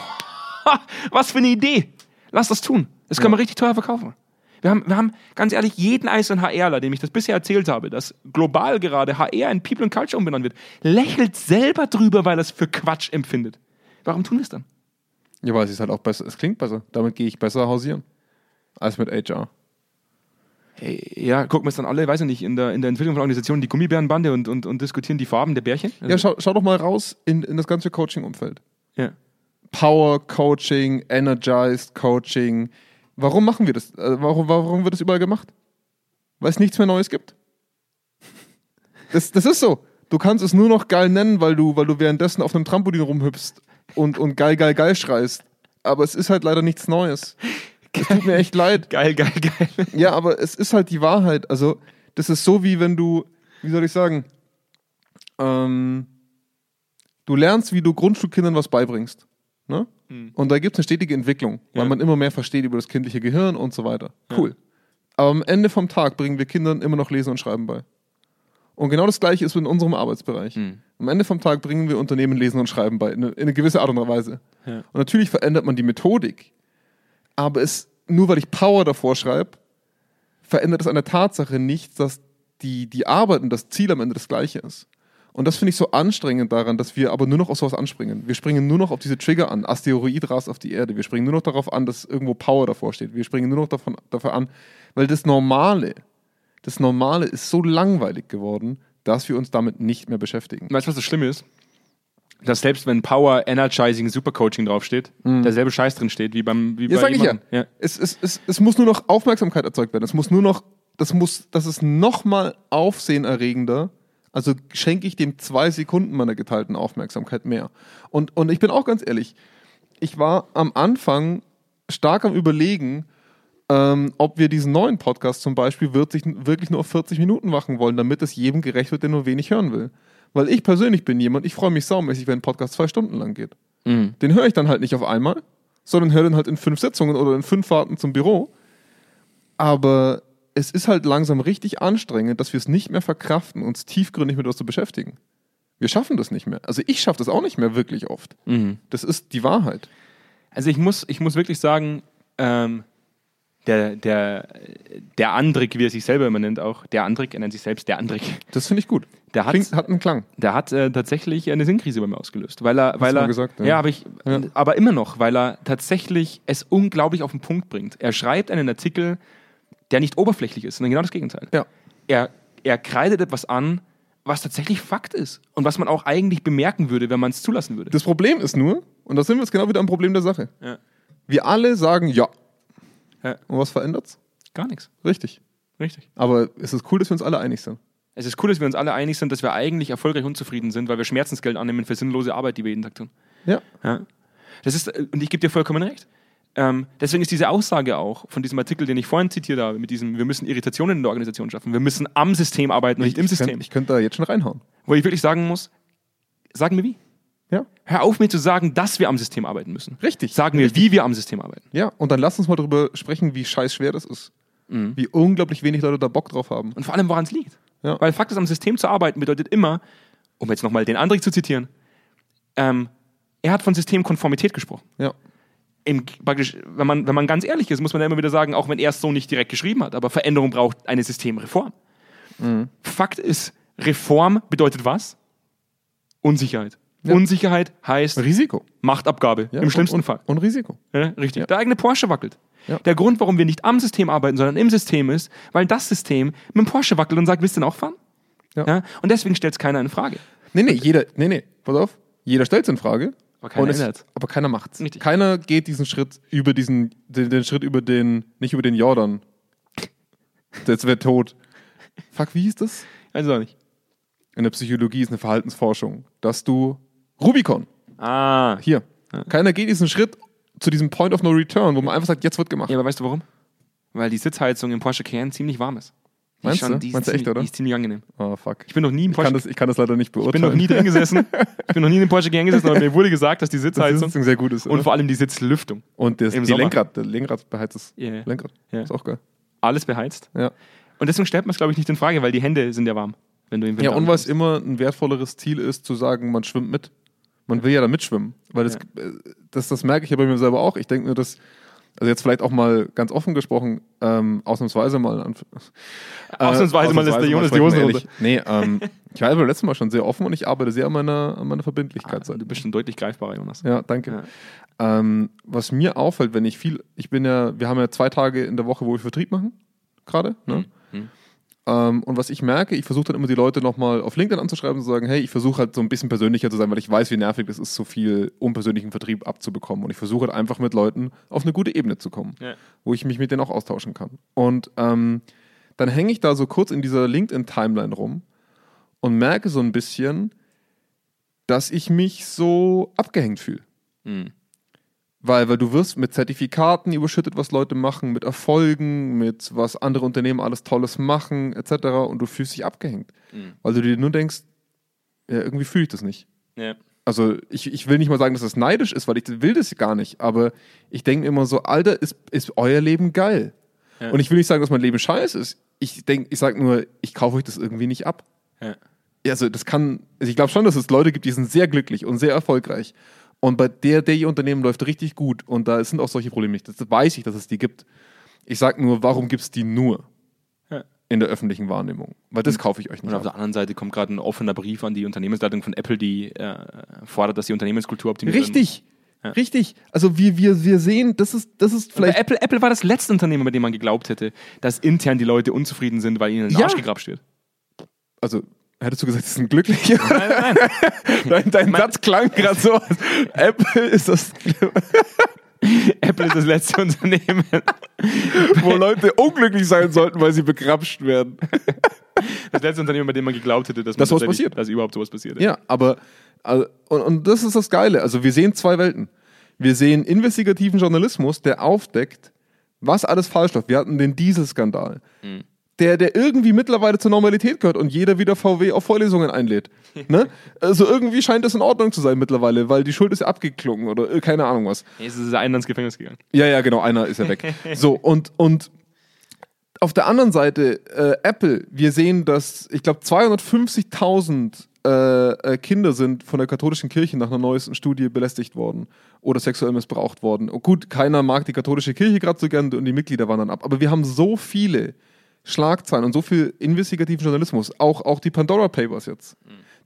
Speaker 1: was für eine Idee. Lass das tun. Das können wir richtig teuer verkaufen. Wir haben, wir haben ganz ehrlich jeden einzelnen HRler, dem ich das bisher erzählt habe, dass global gerade HR in People and Culture umbenannt wird, lächelt selber drüber, weil er es für Quatsch empfindet. Warum tun wir es dann?
Speaker 2: Ja, weil es ist halt auch besser, es klingt besser. Damit gehe ich besser hausieren. Als mit HR.
Speaker 1: Hey, ja, gucken wir es dann alle, weiß ich nicht, in der, in der Entwicklung von Organisationen die Gummibärenbande und, und, und diskutieren die Farben der Bärchen? Also,
Speaker 2: Ja, schau, schau doch mal raus in, in das ganze Coaching-Umfeld.
Speaker 1: ja.
Speaker 2: Power Coaching, Energized Coaching, Warum machen wir das? Äh, warum, warum wird das überall gemacht? Weil es nichts mehr Neues gibt. Das, das ist so. Du kannst es nur noch geil nennen, weil du, weil du währenddessen auf einem Trampolin rumhüpfst und, und geil, geil, geil schreist. Aber es ist halt leider nichts Neues. Es tut mir echt leid.
Speaker 1: Geil, geil, geil.
Speaker 2: Ja, aber es ist halt die Wahrheit. Also, das ist so wie wenn du, wie soll ich sagen, ähm, du lernst, wie du Grundschulkindern was beibringst. Ne? Und da gibt es eine stetige Entwicklung, weil
Speaker 1: Hm. Ja.
Speaker 2: man immer mehr versteht über das kindliche Gehirn und so weiter. Cool. Aber am Ende vom Tag bringen wir Kindern immer noch Lesen und Schreiben bei. Und genau das Gleiche ist in unserem Arbeitsbereich.
Speaker 1: Hm.
Speaker 2: Am Ende vom Tag bringen wir Unternehmen Lesen und Schreiben bei, in eine, in eine gewisse Art und Weise.
Speaker 1: Ja.
Speaker 2: Und natürlich verändert man die Methodik, aber es, nur weil ich Power davor schreibe, verändert es an der Tatsache nicht, dass die, die Arbeit und das Ziel am Ende das gleiche ist. Und das finde ich so anstrengend daran, dass wir aber nur noch auf sowas anspringen. Wir springen nur noch auf diese Trigger an. Asteroid rast auf die Erde. Wir springen nur noch darauf an, dass irgendwo Power davor steht. Wir springen nur noch davon, dafür an, weil das Normale, das Normale ist so langweilig geworden, dass wir uns damit nicht mehr beschäftigen.
Speaker 1: Weißt du, was das Schlimme ist? Dass selbst wenn Power, Energizing, Supercoaching draufsteht, derselbe Scheiß drin steht wie beim wie
Speaker 2: Ja, sag ich ja.
Speaker 1: jemandem. Mhm. ja.
Speaker 2: Es, es, es, es muss nur noch Aufmerksamkeit erzeugt werden. Es muss nur noch, das muss, das ist nochmal aufsehenerregender. Also schenke ich dem zwei Sekunden meiner geteilten Aufmerksamkeit mehr. Und, und ich bin auch ganz ehrlich, ich war am Anfang stark am Überlegen, ähm, ob wir diesen neuen Podcast zum Beispiel wirklich, wirklich nur auf 40 Minuten machen wollen, damit es jedem gerecht wird, der nur wenig hören will. Weil ich persönlich bin jemand, ich freue mich saumäßig, wenn ein Podcast zwei Stunden lang geht.
Speaker 1: Hm.
Speaker 2: Den höre ich dann halt nicht auf einmal, sondern höre den halt in fünf Sitzungen oder in fünf Fahrten zum Büro. Aber es ist halt langsam richtig anstrengend, dass wir es nicht mehr verkraften, uns tiefgründig mit was zu beschäftigen. Wir schaffen das nicht mehr. Also ich schaffe das auch nicht mehr wirklich oft.
Speaker 1: Mhm.
Speaker 2: Das ist die Wahrheit.
Speaker 1: Also ich muss, ich muss wirklich sagen, ähm, der, der, der Andrik, wie er sich selber immer nennt, auch, der Andrik, er nennt sich selbst der Andrik,
Speaker 2: Das finde ich gut.
Speaker 1: Der hat's-
Speaker 2: Klingt, hat einen Klang.
Speaker 1: der hat äh, tatsächlich eine Sinnkrise bei mir ausgelöst. Weil er, weil
Speaker 2: du
Speaker 1: er
Speaker 2: mal gesagt,
Speaker 1: ja,
Speaker 2: ja.
Speaker 1: aber ich, aber immer noch, weil er tatsächlich es unglaublich auf den Punkt bringt. Er schreibt einen Artikel, der nicht oberflächlich ist, sondern genau das Gegenteil.
Speaker 2: Ja.
Speaker 1: er, er kreidet etwas an, was tatsächlich Fakt ist und was man auch eigentlich bemerken würde, wenn man es zulassen würde.
Speaker 2: Das Problem ist nur, und da sind wir jetzt genau wieder am Problem der Sache.
Speaker 1: Ja.
Speaker 2: Wir alle sagen ja.
Speaker 1: Ja.
Speaker 2: Und was verändert's?
Speaker 1: Gar nichts.
Speaker 2: Richtig.
Speaker 1: Richtig.
Speaker 2: Aber es ist cool, dass wir uns alle einig sind.
Speaker 1: Es ist cool, dass wir uns alle einig sind, dass wir eigentlich erfolgreich unzufrieden sind, weil wir Schmerzensgeld annehmen für sinnlose Arbeit, die wir jeden Tag tun.
Speaker 2: Ja.
Speaker 1: Ja. Das ist, äh, und ich gebe dir vollkommen recht. Ähm, deswegen ist diese Aussage auch von diesem Artikel, den ich vorhin zitiert habe, mit diesem, wir müssen Irritationen in der Organisation schaffen, wir müssen am System arbeiten, und nicht im
Speaker 2: ich
Speaker 1: System.
Speaker 2: Könnte, ich könnte da jetzt schon reinhauen.
Speaker 1: wo ich wirklich sagen muss, sagen wir wie.
Speaker 2: Ja.
Speaker 1: Hör auf, mir zu sagen, dass wir am System arbeiten müssen.
Speaker 2: Richtig.
Speaker 1: Sagen wir, wie wir am System arbeiten.
Speaker 2: Ja, und dann lass uns mal darüber sprechen, wie scheiß schwer das ist.
Speaker 1: Mhm.
Speaker 2: Wie unglaublich wenig Leute da Bock drauf haben.
Speaker 1: Und vor allem, woran es liegt.
Speaker 2: Ja.
Speaker 1: Weil Fakt ist, am System zu arbeiten bedeutet immer, um jetzt nochmal den Andrik zu zitieren, ähm, er hat von Systemkonformität gesprochen.
Speaker 2: Ja.
Speaker 1: Im, praktisch, wenn, man, wenn man ganz ehrlich ist, muss man ja immer wieder sagen, auch wenn er es so nicht direkt geschrieben hat, aber Veränderung braucht eine Systemreform.
Speaker 2: Mhm.
Speaker 1: Fakt ist, Reform bedeutet was? Unsicherheit. Unsicherheit heißt
Speaker 2: Risiko.
Speaker 1: Machtabgabe
Speaker 2: Ja,
Speaker 1: im schlimmsten
Speaker 2: und, und,
Speaker 1: Fall.
Speaker 2: Und Risiko.
Speaker 1: Ja, richtig.
Speaker 2: Ja.
Speaker 1: Der eigene Porsche wackelt.
Speaker 2: Ja.
Speaker 1: Der Grund, warum wir nicht am System arbeiten, sondern im System ist, weil das System mit dem Porsche wackelt und sagt, willst du denn auch fahren?
Speaker 2: Ja.
Speaker 1: Und deswegen stellt es keiner in Frage.
Speaker 2: Nee, nee, jeder, nee, nee, pass auf. Jeder stellt es in Frage.
Speaker 1: Aber keiner
Speaker 2: und es-
Speaker 1: ändert's.
Speaker 2: Aber keiner macht's.
Speaker 1: Richtig.
Speaker 2: Keiner geht diesen Schritt über diesen, den, den Schritt über den, nicht über den Jordan. Jetzt wäre tot. Fuck, wie hieß das?
Speaker 1: Also nicht.
Speaker 2: In der Psychologie ist eine Verhaltensforschung, dass du Rubicon,
Speaker 1: Ah.
Speaker 2: hier. Keiner geht diesen Schritt zu diesem Point of No Return, wo man einfach sagt, jetzt wird gemacht.
Speaker 1: Ja, aber weißt du warum? Weil die Sitzheizung im Porsche Cayenne ziemlich warm ist. Die
Speaker 2: Meinst
Speaker 1: ist schon,
Speaker 2: du?
Speaker 1: Die ist
Speaker 2: Meinst du echt,
Speaker 1: ziemlich,
Speaker 2: oder?
Speaker 1: Die ist ziemlich angenehm.
Speaker 2: Oh, fuck.
Speaker 1: Ich bin noch nie im
Speaker 2: Ich kann,
Speaker 1: Porsche.
Speaker 2: das, ich kann das leider nicht
Speaker 1: bin
Speaker 2: beurteilen.
Speaker 1: noch nie drin gesessen. Ich bin noch nie in den Porsche Cayenne gesessen, aber mir wurde gesagt, dass die
Speaker 2: dass die
Speaker 1: Sitzheizung
Speaker 2: Sitzung sehr gut ist.
Speaker 1: und
Speaker 2: oder?
Speaker 1: vor allem die Sitzlüftung
Speaker 2: und das,
Speaker 1: im
Speaker 2: die
Speaker 1: Sommer.
Speaker 2: Lenkrad, der Lenkrad beheizt das
Speaker 1: Ja, ja.
Speaker 2: Lenkrad.
Speaker 1: Ja.
Speaker 2: Ist auch geil.
Speaker 1: alles beheizt.
Speaker 2: Ja,
Speaker 1: Und deswegen stellt man es, glaube ich, nicht in Frage, weil die Hände sind ja warm, wenn du im Winter
Speaker 2: ja und was
Speaker 1: ankommst.
Speaker 2: immer ein wertvolleres Ziel ist, zu sagen, man schwimmt mit. Man will ja da mitschwimmen. Weil das, äh, das, das merke ich ja bei mir selber auch. Ich denke mir, dass, also jetzt vielleicht auch mal ganz offen gesprochen, ähm, ausnahmsweise mal. Äh, An,
Speaker 1: Ausnahmsweise mal ist der Jonas die
Speaker 2: sprechen wir
Speaker 1: Hosen runter.
Speaker 2: ehrlich. Nee, ähm, ich war ja beim letzten Mal schon sehr offen und ich arbeite sehr an meiner, an meiner Verbindlichkeit.
Speaker 1: Ah, Du bist schon deutlich greifbarer, Jonas.
Speaker 2: Ja, danke. Ähm, was mir auffällt, wenn ich viel, ich bin ja, wir haben ja zwei Tage in der Woche, wo wir Vertrieb machen, gerade. Ne? Ähm, und was ich merke, ich versuche dann immer die Leute nochmal auf LinkedIn anzuschreiben und zu sagen, hey, ich versuche halt so ein bisschen persönlicher zu sein, weil ich weiß, wie nervig das ist, so viel unpersönlichen Vertrieb abzubekommen. Und ich versuche halt einfach mit Leuten auf eine gute Ebene zu kommen,
Speaker 1: Ja.
Speaker 2: wo ich mich mit denen auch austauschen kann. Und ähm, dann hänge ich da so kurz in dieser LinkedIn-Timeline rum und merke so ein bisschen, dass ich mich so abgehängt fühle. Weil, weil du wirst mit Zertifikaten überschüttet, was Leute machen, mit Erfolgen, mit was andere Unternehmen alles Tolles machen, etc. Und du fühlst dich abgehängt. Weil du dir nur denkst, ja, irgendwie fühle ich das nicht.
Speaker 1: Ja.
Speaker 2: Also ich, ich will nicht mal sagen, dass das neidisch ist, weil ich will das gar nicht. Aber ich denke mir immer so, Alter, ist, ist euer Leben geil.
Speaker 1: Ja.
Speaker 2: Und ich will nicht sagen, dass mein Leben scheiße ist. Ich denke, ich sage nur, ich kaufe euch das irgendwie nicht ab.
Speaker 1: Ja.
Speaker 2: Ja, also das kann, also ich glaube schon, dass es Leute gibt, die sind sehr glücklich und sehr erfolgreich. Und bei der, der ihr Unternehmen läuft richtig gut und da sind auch solche Probleme nicht. Das weiß ich, dass es die gibt. Ich sage nur, warum gibt es die nur
Speaker 1: Ja. Hm.
Speaker 2: in der öffentlichen Wahrnehmung? Weil das kaufe ich euch nicht.
Speaker 1: Und auf
Speaker 2: ab.
Speaker 1: der anderen Seite kommt gerade ein offener Brief an die Unternehmensleitung von Apple, die äh, fordert, dass die Unternehmenskultur optimiert wird.
Speaker 2: Richtig,
Speaker 1: Ja.
Speaker 2: richtig. Also wir, wir, wir sehen, das ist, das ist
Speaker 1: Bei
Speaker 2: vielleicht.
Speaker 1: Apple, Apple war das letzte Unternehmen, bei dem man geglaubt hätte, dass intern die Leute unzufrieden sind, weil ihnen ein
Speaker 2: Ja.
Speaker 1: Arsch gegrapscht wird.
Speaker 2: Also hättest du gesagt, sie sind glücklich? Dein, dein
Speaker 1: Mein-
Speaker 2: Satz klang gerade so. als Apple ist das,
Speaker 1: Apple ist das letzte Unternehmen,
Speaker 2: wo Leute unglücklich sein sollten, weil sie begrapscht werden.
Speaker 1: das letzte Unternehmen, bei dem man geglaubt hätte, dass, man
Speaker 2: Dass sowas
Speaker 1: tatsächlich-
Speaker 2: passiert.
Speaker 1: dass überhaupt sowas passiert.
Speaker 2: Ja, aber also, und, und das ist das Geile. Also wir sehen zwei Welten. Wir sehen investigativen Journalismus, der aufdeckt, was alles falsch läuft. Wir hatten den Dieselskandal. Der, der irgendwie mittlerweile zur Normalität gehört und jeder wieder VW auf Vorlesungen einlädt. ne? Also irgendwie scheint das in Ordnung zu sein mittlerweile, weil die Schuld ist abgeklungen oder äh, keine Ahnung was.
Speaker 1: Es ist einer ins Gefängnis gegangen.
Speaker 2: Ja, ja, genau, einer ist ja weg. So, und, und auf der anderen Seite, äh, Apple, wir sehen, dass, ich glaube, 250.000 äh, äh, Kinder sind von der katholischen Kirche nach einer neuesten Studie belästigt worden oder sexuell missbraucht worden. Und gut, keiner mag die katholische Kirche gerade so gern und die Mitglieder wandern ab, aber wir haben so viele Schlagzeilen und so viel investigativen Journalismus, auch, auch die Pandora Papers jetzt,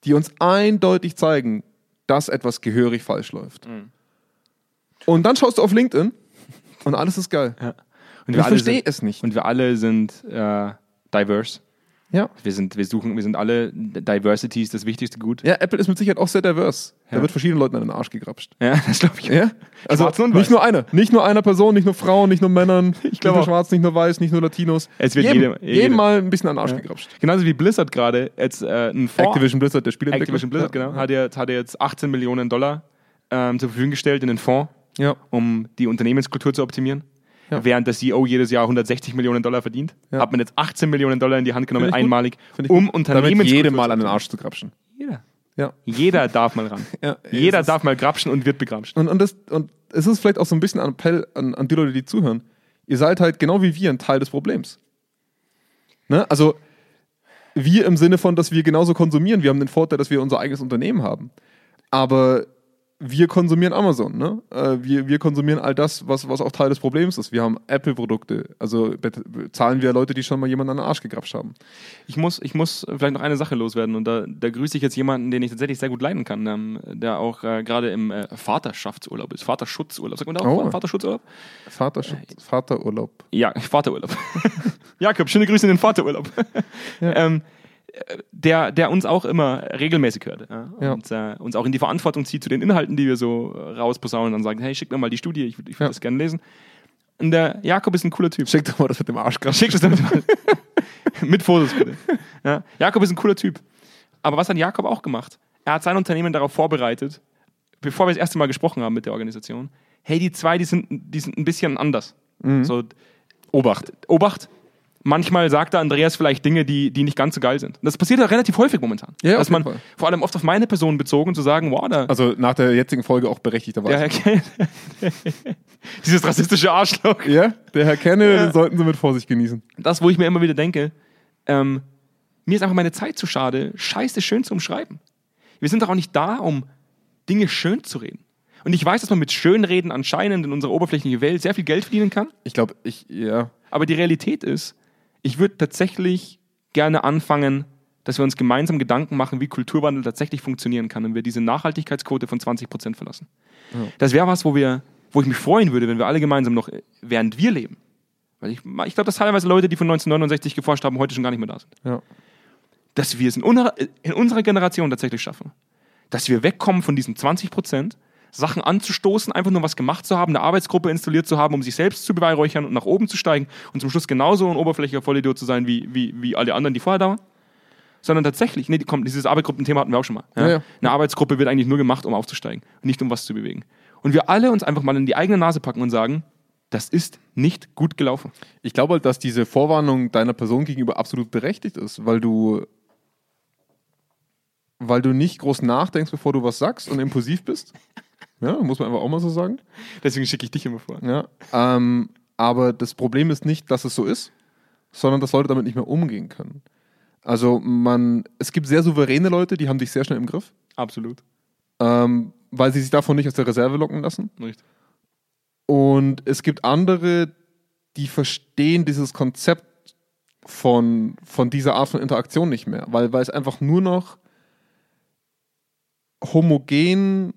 Speaker 2: die uns eindeutig zeigen, dass etwas gehörig falsch läuft. Und dann schaust du auf LinkedIn und alles ist geil.
Speaker 1: Und
Speaker 2: Ich
Speaker 1: alle
Speaker 2: verstehe
Speaker 1: sind-
Speaker 2: es nicht.
Speaker 1: Und wir alle sind äh, diverse.
Speaker 2: Ja.
Speaker 1: Wir sind, wir suchen, wir sind alle, Diversity ist das wichtigste Gut.
Speaker 2: Ja, Apple ist mit Sicherheit auch sehr divers.
Speaker 1: Ja.
Speaker 2: Da wird verschiedenen Leuten an den Arsch gegrapscht.
Speaker 1: Ja, das glaube ich.
Speaker 2: Ja? Also
Speaker 1: Schwarzen und
Speaker 2: nicht
Speaker 1: Weißen.
Speaker 2: nur einer. Nicht nur einer Person, nicht nur Frauen, nicht nur Männern, nicht
Speaker 1: glaub
Speaker 2: nur
Speaker 1: auch.
Speaker 2: Schwarz, nicht nur Weiß, nicht nur Latinos.
Speaker 1: Es wird
Speaker 2: jedem,
Speaker 1: jedem-
Speaker 2: jedem
Speaker 1: jedem.
Speaker 2: mal ein bisschen an den Arsch gegrapscht.
Speaker 1: Genauso wie Blizzard gerade jetzt äh, ein Fonds.
Speaker 2: Activision Blizzard, der Spieleentwickler.
Speaker 1: Activision Blizzard,
Speaker 2: ja.
Speaker 1: genau. Hat jetzt, hat jetzt 18 Millionen Dollar ähm, zur Verfügung gestellt in den Fonds,
Speaker 2: Ja.
Speaker 1: um die Unternehmenskultur zu optimieren.
Speaker 2: Ja.
Speaker 1: Während der CEO jedes Jahr 160 Millionen Dollar verdient,
Speaker 2: Ja.
Speaker 1: hat man jetzt 18 Millionen Dollar in die Hand genommen,
Speaker 2: Find ich gut.
Speaker 1: einmalig,
Speaker 2: Find ich
Speaker 1: um
Speaker 2: gut. Damit
Speaker 1: Unternehmenskultur
Speaker 2: jedem mal
Speaker 1: zu
Speaker 2: an den Arsch zu grapschen.
Speaker 1: optimieren.
Speaker 2: Ja.
Speaker 1: Jeder. Jeder darf mal ran.
Speaker 2: Ja, es
Speaker 1: Jeder
Speaker 2: ist-
Speaker 1: darf mal grapschen und wird begrapscht.
Speaker 2: Und, und, das, und es ist vielleicht auch so ein bisschen ein Appell an, an die Leute, die zuhören. Ihr seid halt genau wie wir ein Teil des Problems. Ne? Also wir im Sinne von, dass wir genauso konsumieren. Wir haben den Vorteil, dass wir unser eigenes Unternehmen haben. Aber wir konsumieren Amazon. Ne? Äh, wir, wir konsumieren all das, was, was auch Teil des Problems ist. Wir haben Apple-Produkte. Also bet- zahlen wir Leute, die schon mal jemanden an den Arsch gegrapscht haben.
Speaker 1: Ich muss, ich muss vielleicht noch eine Sache loswerden und da, da grüße ich jetzt jemanden, den ich tatsächlich sehr gut leiden kann, ähm, der auch äh, gerade im äh, Vaterschaftsurlaub ist. Vaterschutzurlaub, sagt man da auch?
Speaker 2: Oh.
Speaker 1: Vaterschutzurlaub?
Speaker 2: Vaterschutz, Vaterurlaub.
Speaker 1: Ja, Vaterurlaub. Jakob, schöne Grüße in den Vaterurlaub. ähm, äh, der, der uns auch immer regelmäßig hört ja?
Speaker 2: Ja.
Speaker 1: und äh, uns auch in die Verantwortung zieht zu den Inhalten, die wir so äh, rausposaunen und dann sagen, hey, schick mir mal die Studie, ich, würd- ich würde
Speaker 2: Ja.
Speaker 1: das gerne lesen. Und der Jakob ist ein cooler Typ.
Speaker 2: Schick doch mal das mit dem Arsch
Speaker 1: Schick das damit mal. Mit Fotos bitte. Ja. Jakob ist ein cooler Typ. Aber was hat Jakob auch gemacht? Er hat sein Unternehmen darauf vorbereitet, bevor wir das erste Mal gesprochen haben mit der Organisation. Hey, die zwei, die sind, die sind ein bisschen anders.
Speaker 2: Mhm.
Speaker 1: So, Obacht. Obacht. Manchmal sagt da Andreas vielleicht Dinge, die, die nicht ganz so geil sind. Das passiert ja relativ häufig momentan.
Speaker 2: Ja, auf
Speaker 1: dass man
Speaker 2: jeden Fall.
Speaker 1: vor allem oft auf meine Person bezogen zu sagen, wow, da,
Speaker 2: Also nach der jetzigen Folge auch berechtigterweise.
Speaker 1: der Herr Kell- dieses rassistische Arschloch.
Speaker 2: Ja, der Herr Kenne, den sollten Sie mit Vorsicht genießen.
Speaker 1: das, wo ich mir immer wieder denke, ähm, mir ist einfach meine Zeit zu schade, scheiße schön zu umschreiben. Wir sind doch auch nicht da, um Dinge schön zu reden. Und ich weiß, dass man mit Schönreden anscheinend in unserer oberflächlichen Welt sehr viel Geld verdienen kann,
Speaker 2: Ich glaube, ich, ja.
Speaker 1: aber die Realität ist, ich würde tatsächlich gerne anfangen, dass wir uns gemeinsam Gedanken machen, wie Kulturwandel tatsächlich funktionieren kann und wir diese Nachhaltigkeitsquote von 20% verlassen. Das wäre was, wo, wir, wo ich mich freuen würde, wenn wir alle gemeinsam noch, äh, während wir leben, Weil ich, ich glaube, dass teilweise Leute, die von 1969 geforscht haben, heute schon gar nicht mehr da sind.
Speaker 2: Ja.
Speaker 1: Dass wir es in, unserer- in unserer Generation tatsächlich schaffen. Dass wir wegkommen von diesen 20 Prozent, Sachen anzustoßen, einfach nur was gemacht zu haben, eine Arbeitsgruppe installiert zu haben, um sich selbst zu beweihräuchern und nach oben zu steigen und zum Schluss genauso ein oberflächlicher Vollidiot zu sein wie, wie, wie alle anderen, die vorher da waren. Sondern tatsächlich, nee, komm, dieses Arbeitsgruppenthema hatten wir auch schon mal.
Speaker 2: Ja, ja.
Speaker 1: Eine Arbeitsgruppe wird eigentlich nur gemacht, um aufzusteigen, nicht um was zu bewegen. Und wir alle uns einfach mal in die eigene Nase packen und sagen, das ist nicht gut gelaufen.
Speaker 2: Ich glaube halt, dass diese Vorwarnung deiner Person gegenüber absolut berechtigt ist, weil du weil du nicht groß nachdenkst, bevor du was sagst und impulsiv bist. Ja, muss man einfach auch mal so sagen.
Speaker 1: Deswegen schicke ich dich immer vor.
Speaker 2: Ja. Ähm, aber das Problem ist nicht, dass es so ist, sondern dass Leute damit nicht mehr umgehen können. Also man, es gibt sehr souveräne Leute, die haben dich sehr schnell im Griff,
Speaker 1: Absolut.
Speaker 2: ähm, weil sie sich davon nicht aus der Reserve locken lassen.
Speaker 1: Richtig.
Speaker 2: Und es gibt andere, die verstehen dieses Konzept von, von dieser Art von Interaktion nicht mehr, weil, weil es einfach nur noch homogen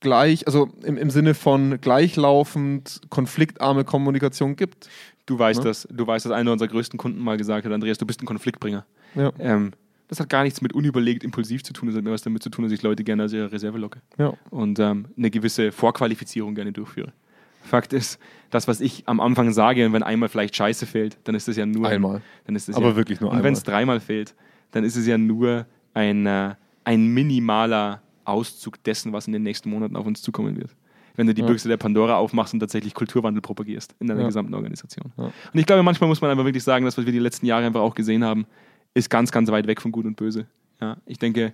Speaker 2: gleich, also im, im Sinne von gleichlaufend konfliktarme Kommunikation gibt.
Speaker 1: Du weißt
Speaker 2: Ne?
Speaker 1: das. Du weißt, dass einer unserer größten Kunden mal gesagt hat, Andreas, du bist ein Konfliktbringer.
Speaker 2: Ja.
Speaker 1: Ähm, das hat gar nichts mit unüberlegt impulsiv zu tun, das hat mehr was damit zu tun, dass ich Leute gerne aus ihrer Reserve locke
Speaker 2: ja.
Speaker 1: und ähm, eine gewisse Vorqualifizierung gerne durchführe. Fakt ist, das, was ich am Anfang sage, und wenn einmal vielleicht Scheiße fällt, dann ist das ja nur
Speaker 2: Einmal.
Speaker 1: Dann ist das
Speaker 2: Aber
Speaker 1: ja,
Speaker 2: wirklich nur
Speaker 1: Und wenn es dreimal fällt, dann ist es ja nur ein, äh, ein minimaler Auszug dessen, was in den nächsten Monaten auf uns zukommen wird. Wenn du die Büchse der Pandora aufmachst und tatsächlich Kulturwandel propagierst in deiner
Speaker 2: Ja.
Speaker 1: gesamten Organisation.
Speaker 2: Ja.
Speaker 1: Und ich glaube, manchmal muss man einfach wirklich sagen, dass was wir die letzten Jahre einfach auch gesehen haben, ist ganz, ganz weit weg von Gut und Böse. Ja, ich denke,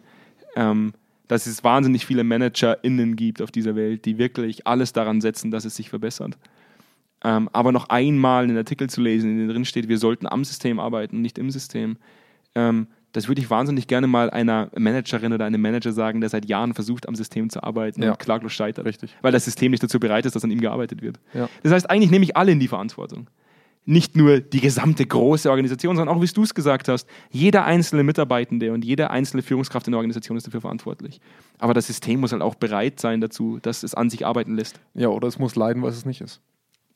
Speaker 1: ähm, dass es wahnsinnig viele ManagerInnen gibt auf dieser Welt, die wirklich alles daran setzen, dass es sich verbessert. Ähm, aber noch einmal einen Artikel zu lesen, in dem drin steht, wir sollten am System arbeiten, nicht im System. Ähm, das würde ich wahnsinnig gerne mal einer Managerin oder einem Manager sagen, der seit Jahren versucht, am System zu arbeiten
Speaker 2: Ja.
Speaker 1: und klaglos scheitert.
Speaker 2: Richtig.
Speaker 1: Weil das System nicht dazu bereit ist, dass an ihm gearbeitet wird.
Speaker 2: Ja.
Speaker 1: Das heißt, eigentlich nehme ich alle in die Verantwortung. Nicht nur die gesamte große Organisation, sondern auch, wie du es gesagt hast, jeder einzelne Mitarbeitende und jede einzelne Führungskraft in der Organisation ist dafür verantwortlich. Aber das System muss halt auch bereit sein dazu, dass es an sich arbeiten lässt.
Speaker 2: ja, oder es muss leiden, was es nicht ist.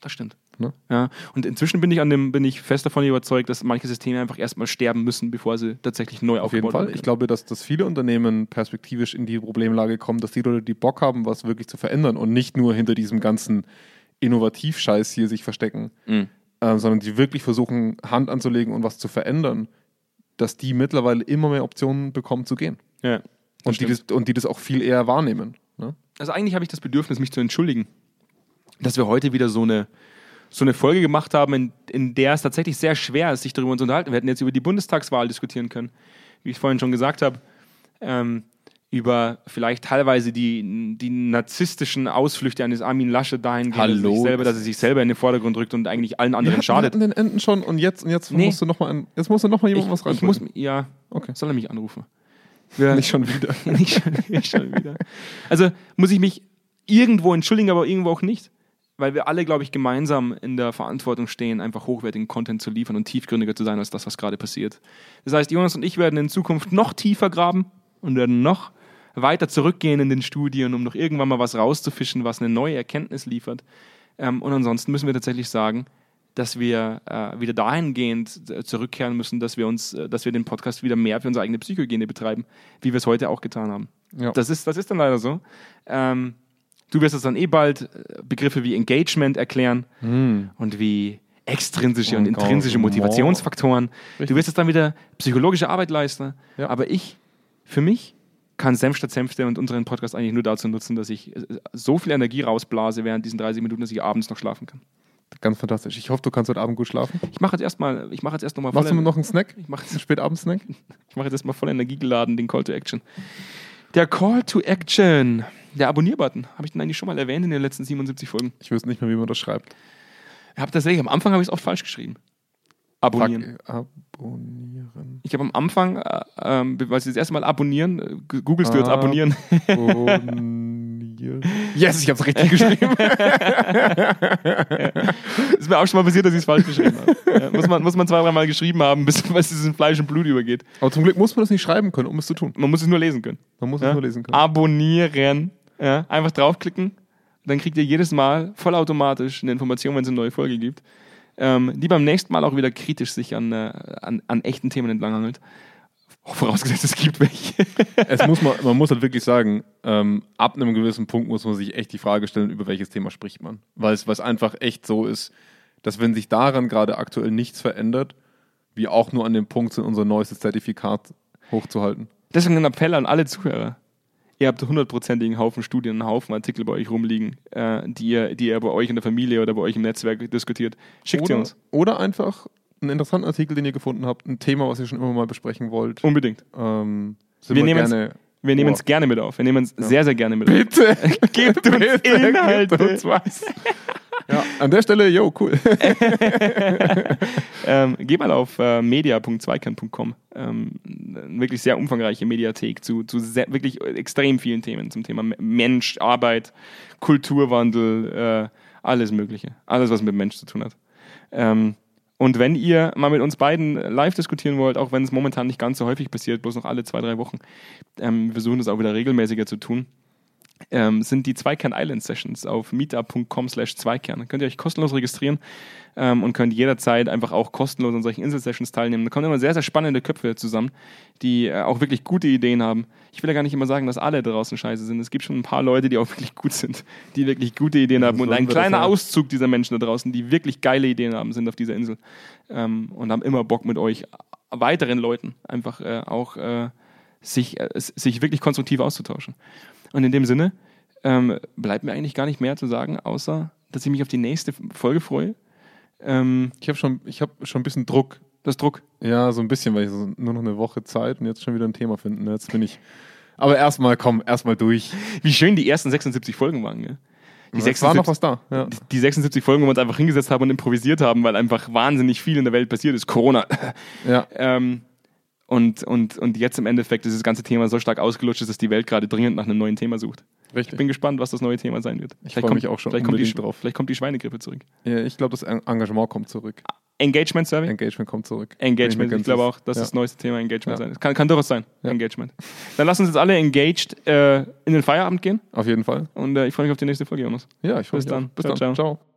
Speaker 1: Das stimmt.
Speaker 2: Ne?
Speaker 1: Ja. Und inzwischen bin ich an dem, bin ich fest davon überzeugt, dass manche Systeme einfach erstmal sterben müssen, bevor sie tatsächlich neu
Speaker 2: Auf jeden
Speaker 1: aufgebaut
Speaker 2: Fall.
Speaker 1: werden.
Speaker 2: Ich glaube, dass, dass viele Unternehmen perspektivisch in die Problemlage kommen, dass die Leute, die Bock haben, was wirklich zu verändern und nicht nur hinter diesem ganzen Innovativ-Scheiß hier sich verstecken,
Speaker 1: Mhm.
Speaker 2: ähm, sondern die wirklich versuchen, Hand anzulegen und was zu verändern, dass die mittlerweile immer mehr Optionen bekommen zu gehen.
Speaker 1: Ja.
Speaker 2: Und die, das, und die das auch viel eher wahrnehmen. Ne?
Speaker 1: also eigentlich habe ich das Bedürfnis, mich zu entschuldigen, dass wir heute wieder so eine, so eine Folge gemacht haben, in, in der es tatsächlich sehr schwer ist, sich darüber zu unterhalten. Wir hätten jetzt über die Bundestagswahl diskutieren können, wie ich vorhin schon gesagt habe, ähm, über vielleicht teilweise die, die narzisstischen Ausflüchte eines Armin Lasche dahingehend, Dass, er
Speaker 2: Hallo.
Speaker 1: sich selber, dass er sich selber in den Vordergrund rückt und eigentlich allen
Speaker 2: Wir
Speaker 1: anderen
Speaker 2: hatten, wir
Speaker 1: schadet.
Speaker 2: hatten den Enden schon und jetzt, und jetzt
Speaker 1: Nee.
Speaker 2: musst du nochmal jetzt musst du noch mal jemand was
Speaker 1: ich muss,
Speaker 2: reinbringen.
Speaker 1: ja,
Speaker 2: Okay.
Speaker 1: soll er mich anrufen? Wir,
Speaker 2: Nicht schon wieder.
Speaker 1: nicht, schon, nicht schon wieder. Also muss ich mich irgendwo entschuldigen, aber irgendwo auch nicht. Weil wir alle, glaube ich, gemeinsam in der Verantwortung stehen, einfach hochwertigen Content zu liefern und tiefgründiger zu sein als das, was gerade passiert. Das heißt, Jonas und ich werden in Zukunft noch tiefer graben und werden noch weiter zurückgehen in den Studien, um noch irgendwann mal was rauszufischen, was eine neue Erkenntnis liefert. Ähm, und ansonsten müssen wir tatsächlich sagen, dass wir äh, wieder dahingehend äh, zurückkehren müssen, dass wir uns, äh, dass wir den Podcast wieder mehr für unsere eigene Psychogene betreiben, wie wir es heute auch getan haben.
Speaker 2: Ja.
Speaker 1: Das ist, das ist dann leider so. Ähm, du wirst es dann eh bald äh, Begriffe wie Engagement erklären
Speaker 2: Hm.
Speaker 1: und wie extrinsische und
Speaker 2: Und
Speaker 1: intrinsische
Speaker 2: Engagement.
Speaker 1: Motivationsfaktoren. Du
Speaker 2: Oh Richtig.
Speaker 1: wirst es dann wieder psychologische Arbeit leisten.
Speaker 2: Ja.
Speaker 1: Aber ich, für mich, kann Senf statt Senfte und unseren Podcast eigentlich nur dazu nutzen, dass ich äh, so viel Energie rausblase während diesen 30 Minuten, dass ich abends noch schlafen kann.
Speaker 2: Ganz fantastisch. Ich hoffe, du kannst heute Abend gut schlafen.
Speaker 1: Ich mache jetzt erstmal, ich mache jetzt erst nochmal
Speaker 2: Machst du mir noch einen Snack?
Speaker 1: ich mache jetzt
Speaker 2: Einen Spätabendsnack?
Speaker 1: Ich mache jetzt erstmal voll energiegeladen den Call to Action. Der Call to Action, der Abonnier-Button, habe ich den eigentlich schon mal erwähnt in den letzten 77 Folgen.
Speaker 2: Ich wüsste nicht mehr, wie man das schreibt.
Speaker 1: Ich habe tatsächlich, am Anfang habe ich es oft falsch geschrieben. Abonnieren.
Speaker 2: Fuck, Abonnieren.
Speaker 1: Ich habe am Anfang, äh, ähm, weil sie das erste Mal abonnieren, äh, g- googelst du jetzt
Speaker 2: Ah.
Speaker 1: abonnieren.
Speaker 2: Abonnieren. yes, ich hab's richtig geschrieben.
Speaker 1: ist mir auch schon mal passiert, dass ich es falsch geschrieben habe. Ja, muss, man, muss man zwei, dreimal geschrieben haben, bis bis es in Fleisch und Blut übergeht.
Speaker 2: Aber zum Glück muss man das nicht schreiben können, um es zu tun.
Speaker 1: Man muss es nur lesen können.
Speaker 2: Man muss
Speaker 1: Ja?
Speaker 2: es nur lesen können.
Speaker 1: Abonnieren. Ja? Einfach draufklicken, Dann kriegt ihr jedes Mal vollautomatisch eine Information, wenn es eine neue Folge gibt, ähm, die beim nächsten Mal auch wieder kritisch sich an, äh, an, an echten Themen entlanghangelt. Vorausgesetzt, es gibt welche.
Speaker 2: Es muss man, man muss halt wirklich sagen, ähm, ab einem gewissen Punkt muss man sich echt die Frage stellen, über welches Thema spricht man. Weil es weil es einfach echt so ist, dass wenn sich daran gerade aktuell nichts verändert, wir auch nur an dem Punkt sind, unser neuestes Zertifikat hochzuhalten.
Speaker 1: Deswegen ein Appell an alle Zuhörer. Ihr habt hundertprozentigen Haufen Studien, einen Haufen Artikel bei euch rumliegen, äh, die, ihr, die ihr bei euch in der Familie oder bei euch im Netzwerk diskutiert. Schickt sie
Speaker 2: Oder,
Speaker 1: uns.
Speaker 2: oder einfach einen interessanten Artikel, den ihr gefunden habt, ein Thema, was ihr schon immer mal besprechen wollt.
Speaker 1: Unbedingt.
Speaker 2: Ähm, sind
Speaker 1: Wir nehmen's- Wir nehmen es
Speaker 2: Boah.
Speaker 1: gerne mit auf. Wir nehmen es sehr, sehr gerne mit auf.
Speaker 2: Bitte!
Speaker 1: Gebt uns
Speaker 2: Bitte,
Speaker 1: Inhalte.
Speaker 2: gebt uns was. ja, an der Stelle, yo, cool.
Speaker 1: Ähm, geh mal auf äh, media.zweikern.com. Ähm, eine wirklich sehr umfangreiche Mediathek zu, zu sehr, wirklich extrem vielen Themen zum Thema Me- Mensch, Arbeit, Kulturwandel, äh, alles Mögliche. Alles, was mit Mensch zu tun hat. Ähm, und wenn ihr mal mit uns beiden live diskutieren wollt, auch wenn es momentan nicht ganz so häufig passiert, bloß noch alle zwei, drei Wochen, ähm, wir versuchen das auch wieder regelmäßiger zu tun, ähm, sind die Zweikern Island Sessions auf meetup.com slash Zweikern. Da könnt ihr euch kostenlos registrieren ähm, und könnt jederzeit einfach auch kostenlos an solchen Insel-Sessions teilnehmen. Da kommen immer sehr, sehr spannende Köpfe zusammen, die äh, auch wirklich gute Ideen haben. Ich will ja gar nicht immer sagen, dass alle draußen scheiße sind. Es gibt schon ein paar Leute, die auch wirklich gut sind, die wirklich gute Ideen haben. Und
Speaker 2: sollen
Speaker 1: ein
Speaker 2: wir das
Speaker 1: kleiner
Speaker 2: ja-
Speaker 1: Auszug dieser Menschen da draußen, die wirklich geile Ideen haben, sind auf dieser Insel ähm, und haben immer Bock mit euch äh, weiteren Leuten einfach äh, auch äh, sich, äh, s- sich wirklich konstruktiv auszutauschen. Und in dem Sinne ähm, bleibt mir eigentlich gar nicht mehr zu sagen, außer dass ich mich auf die nächste Folge freue. Ähm,
Speaker 2: Ich habe schon, ich hab schon ein bisschen Druck.
Speaker 1: das Druck.
Speaker 2: Ja, so ein bisschen, weil ich so nur noch eine Woche Zeit und jetzt schon wieder ein Thema finden. Jetzt bin ich. Aber erstmal, komm, erstmal durch.
Speaker 1: Wie schön die ersten 76 Folgen waren. Gell? Die,
Speaker 2: Es war noch
Speaker 1: 76,
Speaker 2: was da. Ja.
Speaker 1: die, die 76 Folgen, wo wir uns einfach hingesetzt haben und improvisiert haben, weil einfach wahnsinnig viel in der Welt passiert ist. Corona.
Speaker 2: Ja.
Speaker 1: Ähm, und, und, und jetzt im Endeffekt ist das ganze Thema so stark ausgelutscht, dass die Welt gerade dringend nach einem neuen Thema sucht.
Speaker 2: Richtig.
Speaker 1: Ich bin gespannt, was das neue Thema sein wird. Ich
Speaker 2: freu mich auch schon
Speaker 1: Vielleicht kommt, die,
Speaker 2: unbedingt
Speaker 1: drauf.
Speaker 2: drauf.
Speaker 1: vielleicht kommt die Schweinegrippe zurück.
Speaker 2: Ja, ich glaube, das En- Engagement kommt zurück.
Speaker 1: Engagement Survey?
Speaker 2: Engagement kommt zurück. Bin mir
Speaker 1: Engagement.
Speaker 2: ganz
Speaker 1: Ich glaube
Speaker 2: sicher.
Speaker 1: auch, dass
Speaker 2: ja.
Speaker 1: das neueste Thema Engagement
Speaker 2: Ja.
Speaker 1: sein ist. Kann, kann durchaus sein.
Speaker 2: Ja.
Speaker 1: Engagement. Dann lass uns jetzt alle engaged äh, in den Feierabend gehen
Speaker 2: Auf jeden Fall.
Speaker 1: und äh, ich freue mich auf die nächste Folge, Jonas.
Speaker 2: Ja, ich freue
Speaker 1: Bis
Speaker 2: mich
Speaker 1: dann.
Speaker 2: auch. Bis
Speaker 1: Ciao,
Speaker 2: dann.
Speaker 1: ciao.
Speaker 2: Ciao.